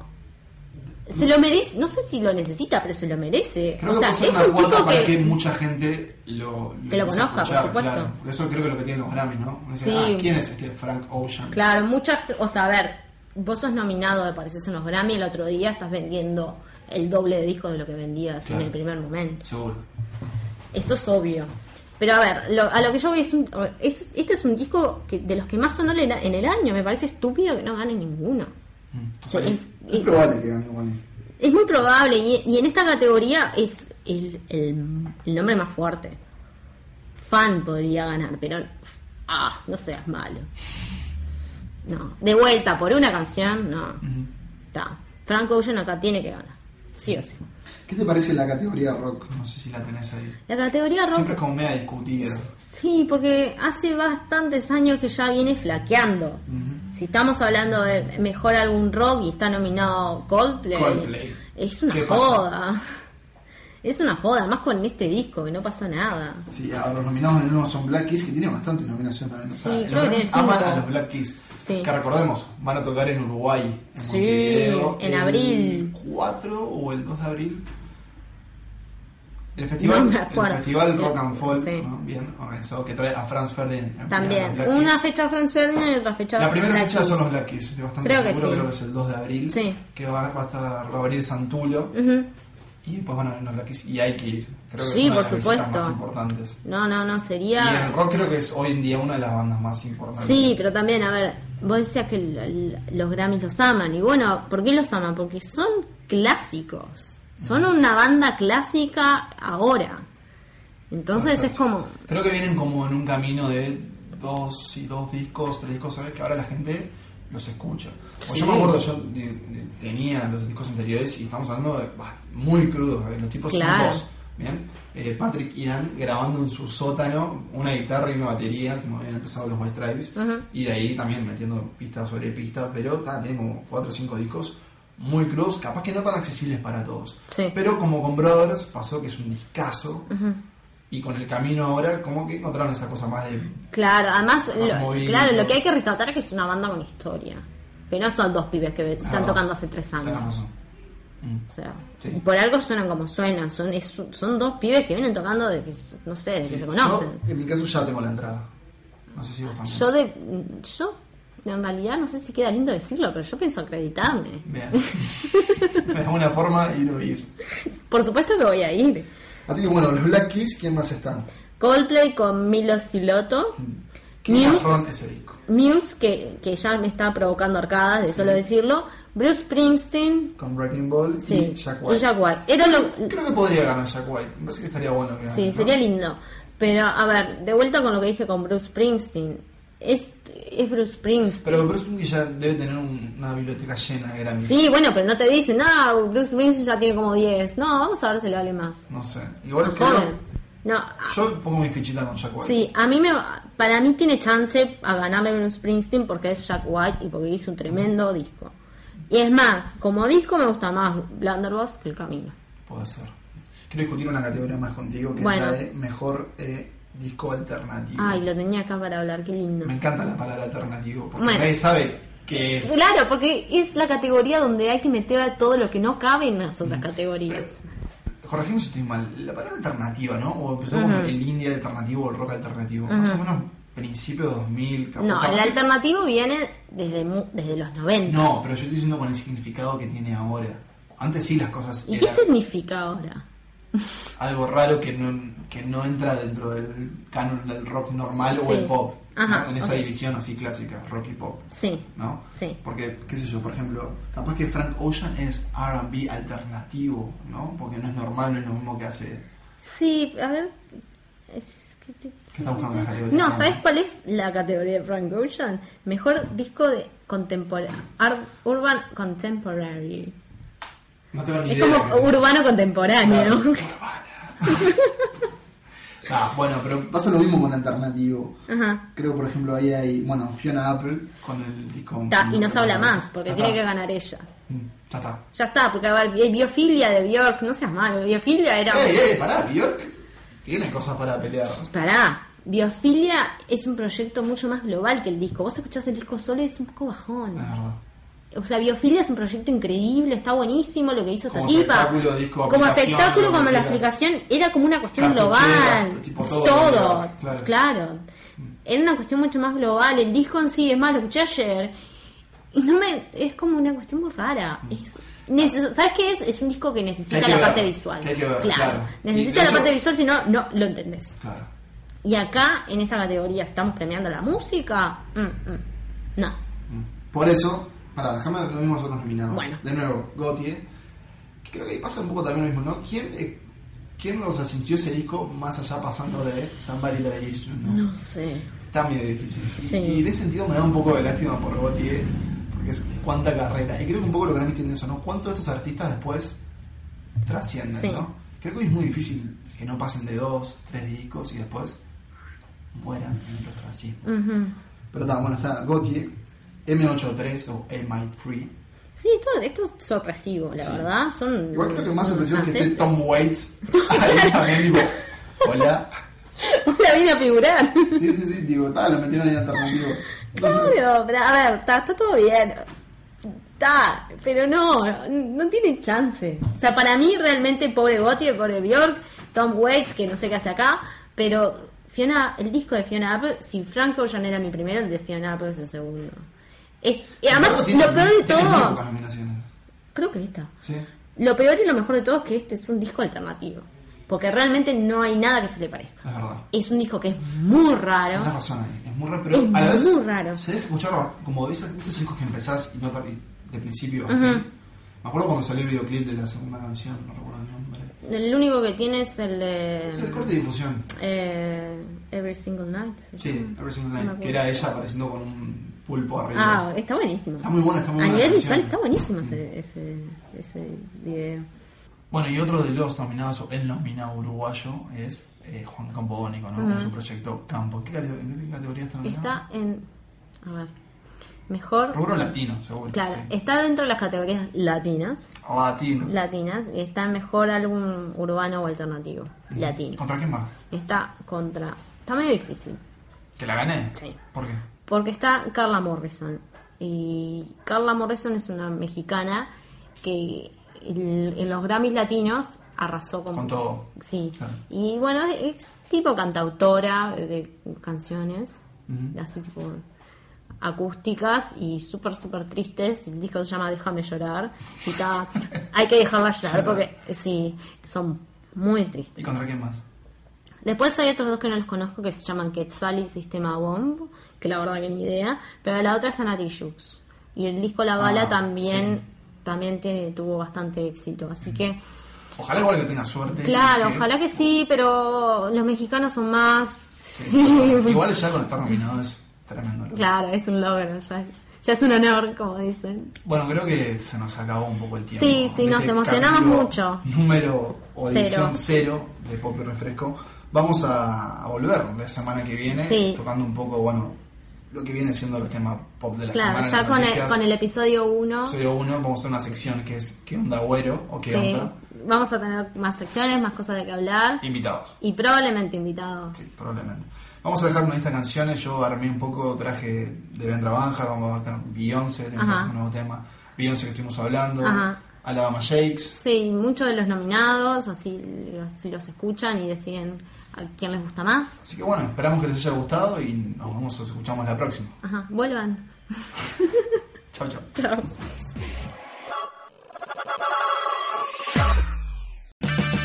[SPEAKER 4] se lo merece, no sé si lo necesita, pero se lo merece.
[SPEAKER 3] Creo
[SPEAKER 4] o
[SPEAKER 3] que
[SPEAKER 4] sea,
[SPEAKER 3] puede ser
[SPEAKER 4] es
[SPEAKER 3] una
[SPEAKER 4] un
[SPEAKER 3] cuota
[SPEAKER 4] tipo
[SPEAKER 3] para que...
[SPEAKER 4] que
[SPEAKER 3] mucha gente lo,
[SPEAKER 4] Que
[SPEAKER 3] empiece
[SPEAKER 4] lo
[SPEAKER 3] a
[SPEAKER 4] conozca, por supuesto.
[SPEAKER 3] claro. Porque Eso creo que es lo que tienen los Grammys, ¿no? Dicen,
[SPEAKER 4] Sí.
[SPEAKER 3] ah, ¿quién es este Frank Ocean?
[SPEAKER 4] claro, muchas, o sea, a ver, vos sos nominado, apareces en los Grammy, el otro día estás vendiendo el doble de discos de lo que vendías
[SPEAKER 3] Claro.
[SPEAKER 4] en el primer momento.
[SPEAKER 3] Seguro.
[SPEAKER 4] Eso es obvio. Pero a ver, lo- a lo que yo voy es, un- es- este es un disco que, de los que más sonó en el- en el año. Me parece estúpido que no gane ninguno. O sea, es-
[SPEAKER 3] Mm. Es probable que gane igual.
[SPEAKER 4] Es muy probable, y, y en esta categoría es el, el- el nombre más fuerte. Fan podría ganar, pero ah, no seas malo. No, de vuelta por una canción, no. Está. Frank Ocean acá tiene que ganar. Sí o sí.
[SPEAKER 3] ¿Qué te parece la categoría rock? No sé si la tenés ahí.
[SPEAKER 4] La categoría rock,
[SPEAKER 3] Siempre es como media discutida.
[SPEAKER 4] sí, porque hace bastantes años que ya viene flaqueando. Si estamos hablando de mejor algún rock y está nominado Coldplay,
[SPEAKER 3] Coldplay.
[SPEAKER 4] es una
[SPEAKER 3] ¿Qué pasa?
[SPEAKER 4] joda. Es una joda, más con este disco que no pasó nada.
[SPEAKER 3] Sí, ahora los nominados de nuevo son Black Keys, que tiene bastantes nominaciones también. O sea, los
[SPEAKER 4] Sí, creo que
[SPEAKER 3] Black
[SPEAKER 4] tiene
[SPEAKER 3] Keys aman
[SPEAKER 4] cinco.
[SPEAKER 3] a los Black Keys.
[SPEAKER 4] Sí.
[SPEAKER 3] Que recordemos, van a tocar en Uruguay. En
[SPEAKER 4] Sí,
[SPEAKER 3] Montevideo,
[SPEAKER 4] en
[SPEAKER 3] el
[SPEAKER 4] abril.
[SPEAKER 3] 4 o el 2 de abril. El festival,
[SPEAKER 4] No me
[SPEAKER 3] el
[SPEAKER 4] acuerdo.
[SPEAKER 3] festival Rock and Fall,
[SPEAKER 4] Sí.
[SPEAKER 3] ¿no? bien organizado, que trae a Franz Ferdinand.
[SPEAKER 4] También,
[SPEAKER 3] Black
[SPEAKER 4] una
[SPEAKER 3] Keys.
[SPEAKER 4] fecha Franz Ferdinand y otra fecha
[SPEAKER 3] La primera
[SPEAKER 4] Black
[SPEAKER 3] fecha
[SPEAKER 4] Keys.
[SPEAKER 3] son los Black Keys, estoy bastante
[SPEAKER 4] Creo que
[SPEAKER 3] seguro,
[SPEAKER 4] sí.
[SPEAKER 3] creo que es el 2 de abril,
[SPEAKER 4] Sí.
[SPEAKER 3] que va, va a estar, va a abrir Santulo, y después van a venir los Black Keys, y hay que ir. Creo que
[SPEAKER 4] Sí,
[SPEAKER 3] es una
[SPEAKER 4] por
[SPEAKER 3] de las visitas
[SPEAKER 4] supuesto.
[SPEAKER 3] más importantes.
[SPEAKER 4] No, no, no,
[SPEAKER 3] Y el
[SPEAKER 4] sería...
[SPEAKER 3] rock creo que es hoy en día una de las bandas más importantes.
[SPEAKER 4] Sí, pero también, a ver, vos decías que el- el- los Grammys los aman. Y bueno, ¿por qué los aman? Porque son clásicos. Son una banda clásica ahora. Entonces es como...
[SPEAKER 3] Creo que vienen como en un camino de dos y dos discos, tres discos, ¿sabes? Que ahora la gente los escucha. O
[SPEAKER 4] Sí.
[SPEAKER 3] Yo me acuerdo, yo de- de- tenía los discos anteriores y estamos hablando de bah, muy crudos, ¿sabes? los tipos
[SPEAKER 4] Claro.
[SPEAKER 3] son dos. ¿bien? Eh, Patrick y Dan grabando en su sótano una guitarra y una batería, como habían empezado los White Stripes, y de ahí también metiendo pista sobre pista, pero ta, tienen como cuatro o cinco discos muy crudos, capaz que no tan accesibles para todos.
[SPEAKER 4] Sí.
[SPEAKER 3] Pero como con Brothers pasó que es un discazo, y con el camino ahora, como que encontraron esa cosa más de.
[SPEAKER 4] Claro, además,
[SPEAKER 3] Más
[SPEAKER 4] lo-
[SPEAKER 3] movido.
[SPEAKER 4] claro, lo que hay que rescatar es que es una banda con historia. Que no son dos pibes que están
[SPEAKER 3] Ah,
[SPEAKER 4] tocando hace tres
[SPEAKER 3] tenés
[SPEAKER 4] años.
[SPEAKER 3] razón.
[SPEAKER 4] O sea,
[SPEAKER 3] Sí.
[SPEAKER 4] y por algo suenan como suenan. Son, es- son dos pibes que vienen tocando de que, s- no sé, de que
[SPEAKER 3] Sí,
[SPEAKER 4] se
[SPEAKER 3] yo,
[SPEAKER 4] conocen.
[SPEAKER 3] en mi caso, ya tengo la entrada. No sé si vos también.
[SPEAKER 4] Yo, de, yo, en realidad, no sé si queda lindo decirlo, pero yo pienso acreditarme.
[SPEAKER 3] Bien. de alguna forma, ir o ir.
[SPEAKER 4] Por supuesto que voy a ir.
[SPEAKER 3] Así que bueno, los Black Keys, ¿quién más está?
[SPEAKER 4] Coldplay con Milo Siloto.
[SPEAKER 3] ¿Qué
[SPEAKER 4] Muse,
[SPEAKER 3] garrón ese disco?
[SPEAKER 4] Muse que, que ya me está provocando arcadas, de solo decirlo. Bruce Springsteen.
[SPEAKER 3] Con Wrecking Ball
[SPEAKER 4] Sí,
[SPEAKER 3] y Jack White.
[SPEAKER 4] y Jack White. Era lo,
[SPEAKER 3] Creo que podría ganar Jack White. Me parece que estaría bueno que
[SPEAKER 4] Sí,
[SPEAKER 3] gane, ¿no?
[SPEAKER 4] sería lindo. Pero, a ver, de vuelta con lo que dije con Bruce Springsteen. Es, es Bruce Springsteen.
[SPEAKER 3] Pero Bruce Springsteen ya debe tener un- una biblioteca llena de Grammys.
[SPEAKER 4] sí, bueno, pero no te dicen, ah, Bruce Springsteen ya tiene como 10. No, vamos a ver si le vale más.
[SPEAKER 3] No sé. Igual
[SPEAKER 4] No,
[SPEAKER 3] creo-
[SPEAKER 4] joden. No, a-
[SPEAKER 3] Yo pongo mi fichita con Jack White.
[SPEAKER 4] sí, a mí me, para mí tiene chance a ganarle Bruce Springsteen porque es Jack White y porque hizo un tremendo disco. Y es más, como disco me gusta más Blunderbuss que El Camino.
[SPEAKER 3] Puede ser. Quiero discutir una categoría más contigo que
[SPEAKER 4] Bueno.
[SPEAKER 3] es la de mejor eh, disco alternativo.
[SPEAKER 4] Ay, lo tenía acá para hablar, qué lindo.
[SPEAKER 3] Me encanta la palabra alternativo porque
[SPEAKER 4] Bueno.
[SPEAKER 3] nadie sabe qué es.
[SPEAKER 4] Claro, porque es la categoría donde hay que meter a todo lo que no cabe en las
[SPEAKER 3] Mm.
[SPEAKER 4] otras categorías.
[SPEAKER 3] Corregime si estoy mal. La palabra alternativa, ¿no? O empezó con el indie alternativo o el rock alternativo. Más o menos principio de 2000. capaz-
[SPEAKER 4] No, el
[SPEAKER 3] capaz-
[SPEAKER 4] alternativo viene desde, mu- desde los 90.
[SPEAKER 3] No, pero yo estoy diciendo con el significado que tiene ahora. Antes sí las cosas
[SPEAKER 4] ¿Y qué
[SPEAKER 3] eran
[SPEAKER 4] significa ahora?
[SPEAKER 3] algo raro que no, que no entra dentro del canon del rock normal
[SPEAKER 4] Sí.
[SPEAKER 3] o el pop.
[SPEAKER 4] Ajá,
[SPEAKER 3] ¿no? En esa
[SPEAKER 4] ok.
[SPEAKER 3] división así clásica, rock y pop.
[SPEAKER 4] Sí.
[SPEAKER 3] ¿no?
[SPEAKER 4] Sí.
[SPEAKER 3] Porque, qué sé yo, por ejemplo, capaz que Frank Ocean es RB alternativo, ¿no? Porque no es normal, no es lo mismo que hace.
[SPEAKER 4] Sí, a ver. es que
[SPEAKER 3] ¿Qué
[SPEAKER 4] te-
[SPEAKER 3] está buscando la categoría?
[SPEAKER 4] No, ¿sabes cuál es la categoría de Frank Ocean? Mejor disco de contempor- ar- urban contemporary.
[SPEAKER 3] No tengo ni
[SPEAKER 4] Es
[SPEAKER 3] idea. de
[SPEAKER 4] como
[SPEAKER 3] qué es eso.
[SPEAKER 4] urbano contemporáneo.
[SPEAKER 3] Ah, bueno, pero pasa lo mismo con alternativo.
[SPEAKER 4] Ajá.
[SPEAKER 3] Creo, por ejemplo, ahí hay, bueno, Fiona Apple con el disco.
[SPEAKER 4] Ta, y no se habla más, porque
[SPEAKER 3] Ya
[SPEAKER 4] tiene que
[SPEAKER 3] está.
[SPEAKER 4] ganar ella.
[SPEAKER 3] Mm, Ya está.
[SPEAKER 4] Ya está, porque a ver, bi- biofilia de Bjork, no seas malo, biofilia era...
[SPEAKER 3] ¡Ey, ey, pará! Bjork tiene cosas para pelear.
[SPEAKER 4] Pará, Biofilia es un proyecto mucho más global que el disco. Vos escuchás el disco solo y es un poco bajón.
[SPEAKER 3] La verdad.
[SPEAKER 4] O sea, Biofilia es un proyecto increíble, está buenísimo lo que hizo esta
[SPEAKER 3] Como
[SPEAKER 4] tipa.
[SPEAKER 3] espectáculo, disco,
[SPEAKER 4] como
[SPEAKER 3] aplicación,
[SPEAKER 4] espectáculo,
[SPEAKER 3] lo que
[SPEAKER 4] como la
[SPEAKER 3] quieras.
[SPEAKER 4] explicación, era como una cuestión
[SPEAKER 3] Cartuchera,
[SPEAKER 4] global.
[SPEAKER 3] tipo
[SPEAKER 4] Es
[SPEAKER 3] todo,
[SPEAKER 4] todo, claro.
[SPEAKER 3] claro. Mm.
[SPEAKER 4] Era una cuestión mucho más global. El disco en sí, es más, lo escuché ayer. No me, es como una cuestión muy rara. Es, neces- ¿Sabes qué es? Es un disco que necesita
[SPEAKER 3] Que Mm. hay
[SPEAKER 4] la
[SPEAKER 3] que
[SPEAKER 4] parte
[SPEAKER 3] ver,
[SPEAKER 4] visual.
[SPEAKER 3] que hay que ver, claro. Y
[SPEAKER 4] Necesita
[SPEAKER 3] de
[SPEAKER 4] la
[SPEAKER 3] hecho-
[SPEAKER 4] parte visual, si no, no lo entendés.
[SPEAKER 3] Claro.
[SPEAKER 4] Y acá, en esta categoría, estamos premiando la música. Mm, mm. No.
[SPEAKER 3] Mm. Por eso, para déjame ver los mismos otros nominados.
[SPEAKER 4] Bueno.
[SPEAKER 3] De nuevo, Gautier. Que creo que ahí pasa un poco también lo mismo, ¿no? ¿Quién, eh, quién nos asintió ese disco más allá pasando de Somebody That I Used to Know?
[SPEAKER 4] No sé.
[SPEAKER 3] Está medio difícil.
[SPEAKER 4] Sí.
[SPEAKER 3] Y en ese sentido me da un poco de lástima por Gautier, porque es cuánta carrera. Y creo que un poco lo Grammy tiene eso, ¿no? ¿Cuánto de estos artistas después trascienden,
[SPEAKER 4] Sí.
[SPEAKER 3] ¿no? Creo que hoy es muy difícil que no pasen de dos, tres discos y después mueran en el ostracismo.
[SPEAKER 4] Ujú.
[SPEAKER 3] Pero está, bueno, está Gautier, M83 o MI3.
[SPEAKER 4] Sí, esto, esto es sorpresivo, la
[SPEAKER 3] Sí.
[SPEAKER 4] verdad. Son,
[SPEAKER 3] Igual creo que más sorpresivo es que esté
[SPEAKER 4] ancestros.
[SPEAKER 3] Tom Waits ahí también, digo, hola.
[SPEAKER 4] Hola, vine a figurar.
[SPEAKER 3] Sí, sí, sí, digo, está, lo metieron en alternativo. No sé.
[SPEAKER 4] Claro, pero a ver, está, está todo bien. Está, pero no, no tiene chance. O sea, para mí realmente pobre Gotti, pobre Bjork, Tom Waits, que no sé qué hace acá, pero Fiona, el disco de Fiona Apple, si Frank Ocean era mi primero, el de Fiona Apple es el segundo. Es- y además,
[SPEAKER 3] Tampoco tiene-
[SPEAKER 4] lo peor de
[SPEAKER 3] tiene muy
[SPEAKER 4] todo,
[SPEAKER 3] pocas nominaciones.
[SPEAKER 4] creo que esta.
[SPEAKER 3] Sí.
[SPEAKER 4] Lo peor y lo mejor de todo es que este es un disco alternativo, porque realmente no hay nada que se le parezca.
[SPEAKER 3] Es verdad.
[SPEAKER 4] Es un disco que es muy
[SPEAKER 3] Tienes
[SPEAKER 4] raro.
[SPEAKER 3] razón ahí. Es muy raro, pero
[SPEAKER 4] Es
[SPEAKER 3] a la vez.
[SPEAKER 4] muy raro.
[SPEAKER 3] Se deja escuchar, ba- como dices, estos discos que empezás y no tar- y de principio a fin. Me acuerdo cuando salió el videoclip de la segunda canción, no recuerdo el nombre.
[SPEAKER 4] El único que tiene es el de...
[SPEAKER 3] Es el corte de difusión.
[SPEAKER 4] Eh, every Single Night. ¿se
[SPEAKER 3] Sí,
[SPEAKER 4] llama?
[SPEAKER 3] Every Single
[SPEAKER 4] No me
[SPEAKER 3] Night,
[SPEAKER 4] acuerdo.
[SPEAKER 3] que era ella apareciendo con un pulpo arriba.
[SPEAKER 4] Ah, está buenísimo.
[SPEAKER 3] Está muy buena, está muy
[SPEAKER 4] A
[SPEAKER 3] buena
[SPEAKER 4] nivel
[SPEAKER 3] la canción.
[SPEAKER 4] visual
[SPEAKER 3] Mm.
[SPEAKER 4] está buenísimo ese, ese, ese video.
[SPEAKER 3] Bueno, y otro de los nominados, o el nominado uruguayo, es eh, Juan Campodónico, ¿no? Con su proyecto Campo. ¿Qué cate- ¿En qué categoría está nominado?
[SPEAKER 4] Está en... A ver. Mejor...
[SPEAKER 3] Rubro latino, seguro.
[SPEAKER 4] Claro,
[SPEAKER 3] sí.
[SPEAKER 4] está dentro de las categorías latinas.
[SPEAKER 3] Latino.
[SPEAKER 4] Latinas. Y está mejor álbum urbano o alternativo.
[SPEAKER 3] Mm.
[SPEAKER 4] Latino.
[SPEAKER 3] ¿Contra quién más?
[SPEAKER 4] Está contra... Está medio difícil.
[SPEAKER 3] ¿Que la gané?
[SPEAKER 4] Sí.
[SPEAKER 3] ¿Por qué?
[SPEAKER 4] Porque está Carla Morrison. Y Carla Morrison es una mexicana que el- en los Grammys latinos arrasó con,
[SPEAKER 3] Con todo.
[SPEAKER 4] Sí.
[SPEAKER 3] Claro.
[SPEAKER 4] Y bueno, es, es tipo cantautora de canciones,
[SPEAKER 3] Ujú.
[SPEAKER 4] así tipo acústicas y súper, súper tristes. El disco se llama Déjame llorar. Y está, hay que dejarla llorar porque sí, son muy
[SPEAKER 3] ¿Y
[SPEAKER 4] tristes.
[SPEAKER 3] contra quién más?
[SPEAKER 4] Después hay otros dos que no los conozco que se llaman Quetzal y Sistema Bomb, que la verdad que ni idea, pero la otra es Anatijux. Y el disco La Bala
[SPEAKER 3] Ah,
[SPEAKER 4] también,
[SPEAKER 3] sí.
[SPEAKER 4] también te- tuvo bastante éxito. Así que,
[SPEAKER 3] Ojalá igual que tenga suerte.
[SPEAKER 4] claro,
[SPEAKER 3] y que-
[SPEAKER 4] ojalá que sí, pero los mexicanos son más...
[SPEAKER 3] Igual ya con estar nominado es tremendo. loco.
[SPEAKER 4] claro, es un logro, ya, ya es un honor, como dicen.
[SPEAKER 3] Bueno, creo que se nos acabó un poco el tiempo.
[SPEAKER 4] Sí, sí,
[SPEAKER 3] De
[SPEAKER 4] nos
[SPEAKER 3] este
[SPEAKER 4] emocionamos
[SPEAKER 3] capítulo
[SPEAKER 4] mucho.
[SPEAKER 3] Número o
[SPEAKER 4] Cero.
[SPEAKER 3] edición cero de Pop y Refresco. Vamos a, a volver la semana que viene,
[SPEAKER 4] Sí.
[SPEAKER 3] tocando un poco, bueno, lo que viene siendo el tema pop de la
[SPEAKER 4] Claro,
[SPEAKER 3] semana.
[SPEAKER 4] ya
[SPEAKER 3] las
[SPEAKER 4] con el,
[SPEAKER 3] noticias.
[SPEAKER 4] con el episodio 1...
[SPEAKER 3] Episodio uno, vamos a hacer una sección que es ¿Qué onda, güero? o ¿Qué
[SPEAKER 4] Sí,
[SPEAKER 3] onda?
[SPEAKER 4] vamos a tener más secciones, más cosas de que hablar
[SPEAKER 3] Invitados.
[SPEAKER 4] y probablemente invitados.
[SPEAKER 3] Sí, probablemente. Vamos a dejar una lista de canciones. Yo armé un poco, traje de Vendra Banjar, vamos a tener Beyoncé, tenemos
[SPEAKER 4] Ajá.
[SPEAKER 3] un nuevo tema. Beyoncé que estuvimos hablando,
[SPEAKER 4] Ajá.
[SPEAKER 3] Alabama Shakes.
[SPEAKER 4] Sí, muchos de los nominados, así, así los escuchan y deciden a quién les gusta más.
[SPEAKER 3] Así que bueno, esperamos que les haya gustado y nos vemos, nos escuchamos la próxima.
[SPEAKER 4] Ajá, vuelvan.
[SPEAKER 3] Chao, chao.
[SPEAKER 4] Chao.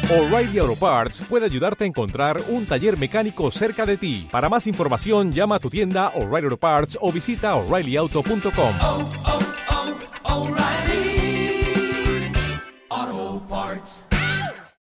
[SPEAKER 5] O'Reilly Auto Parts puede ayudarte a encontrar un taller mecánico cerca de ti. Para más información, llama a tu tienda O'Reilly Auto Parts o visita oreillyauto.com.
[SPEAKER 6] oh,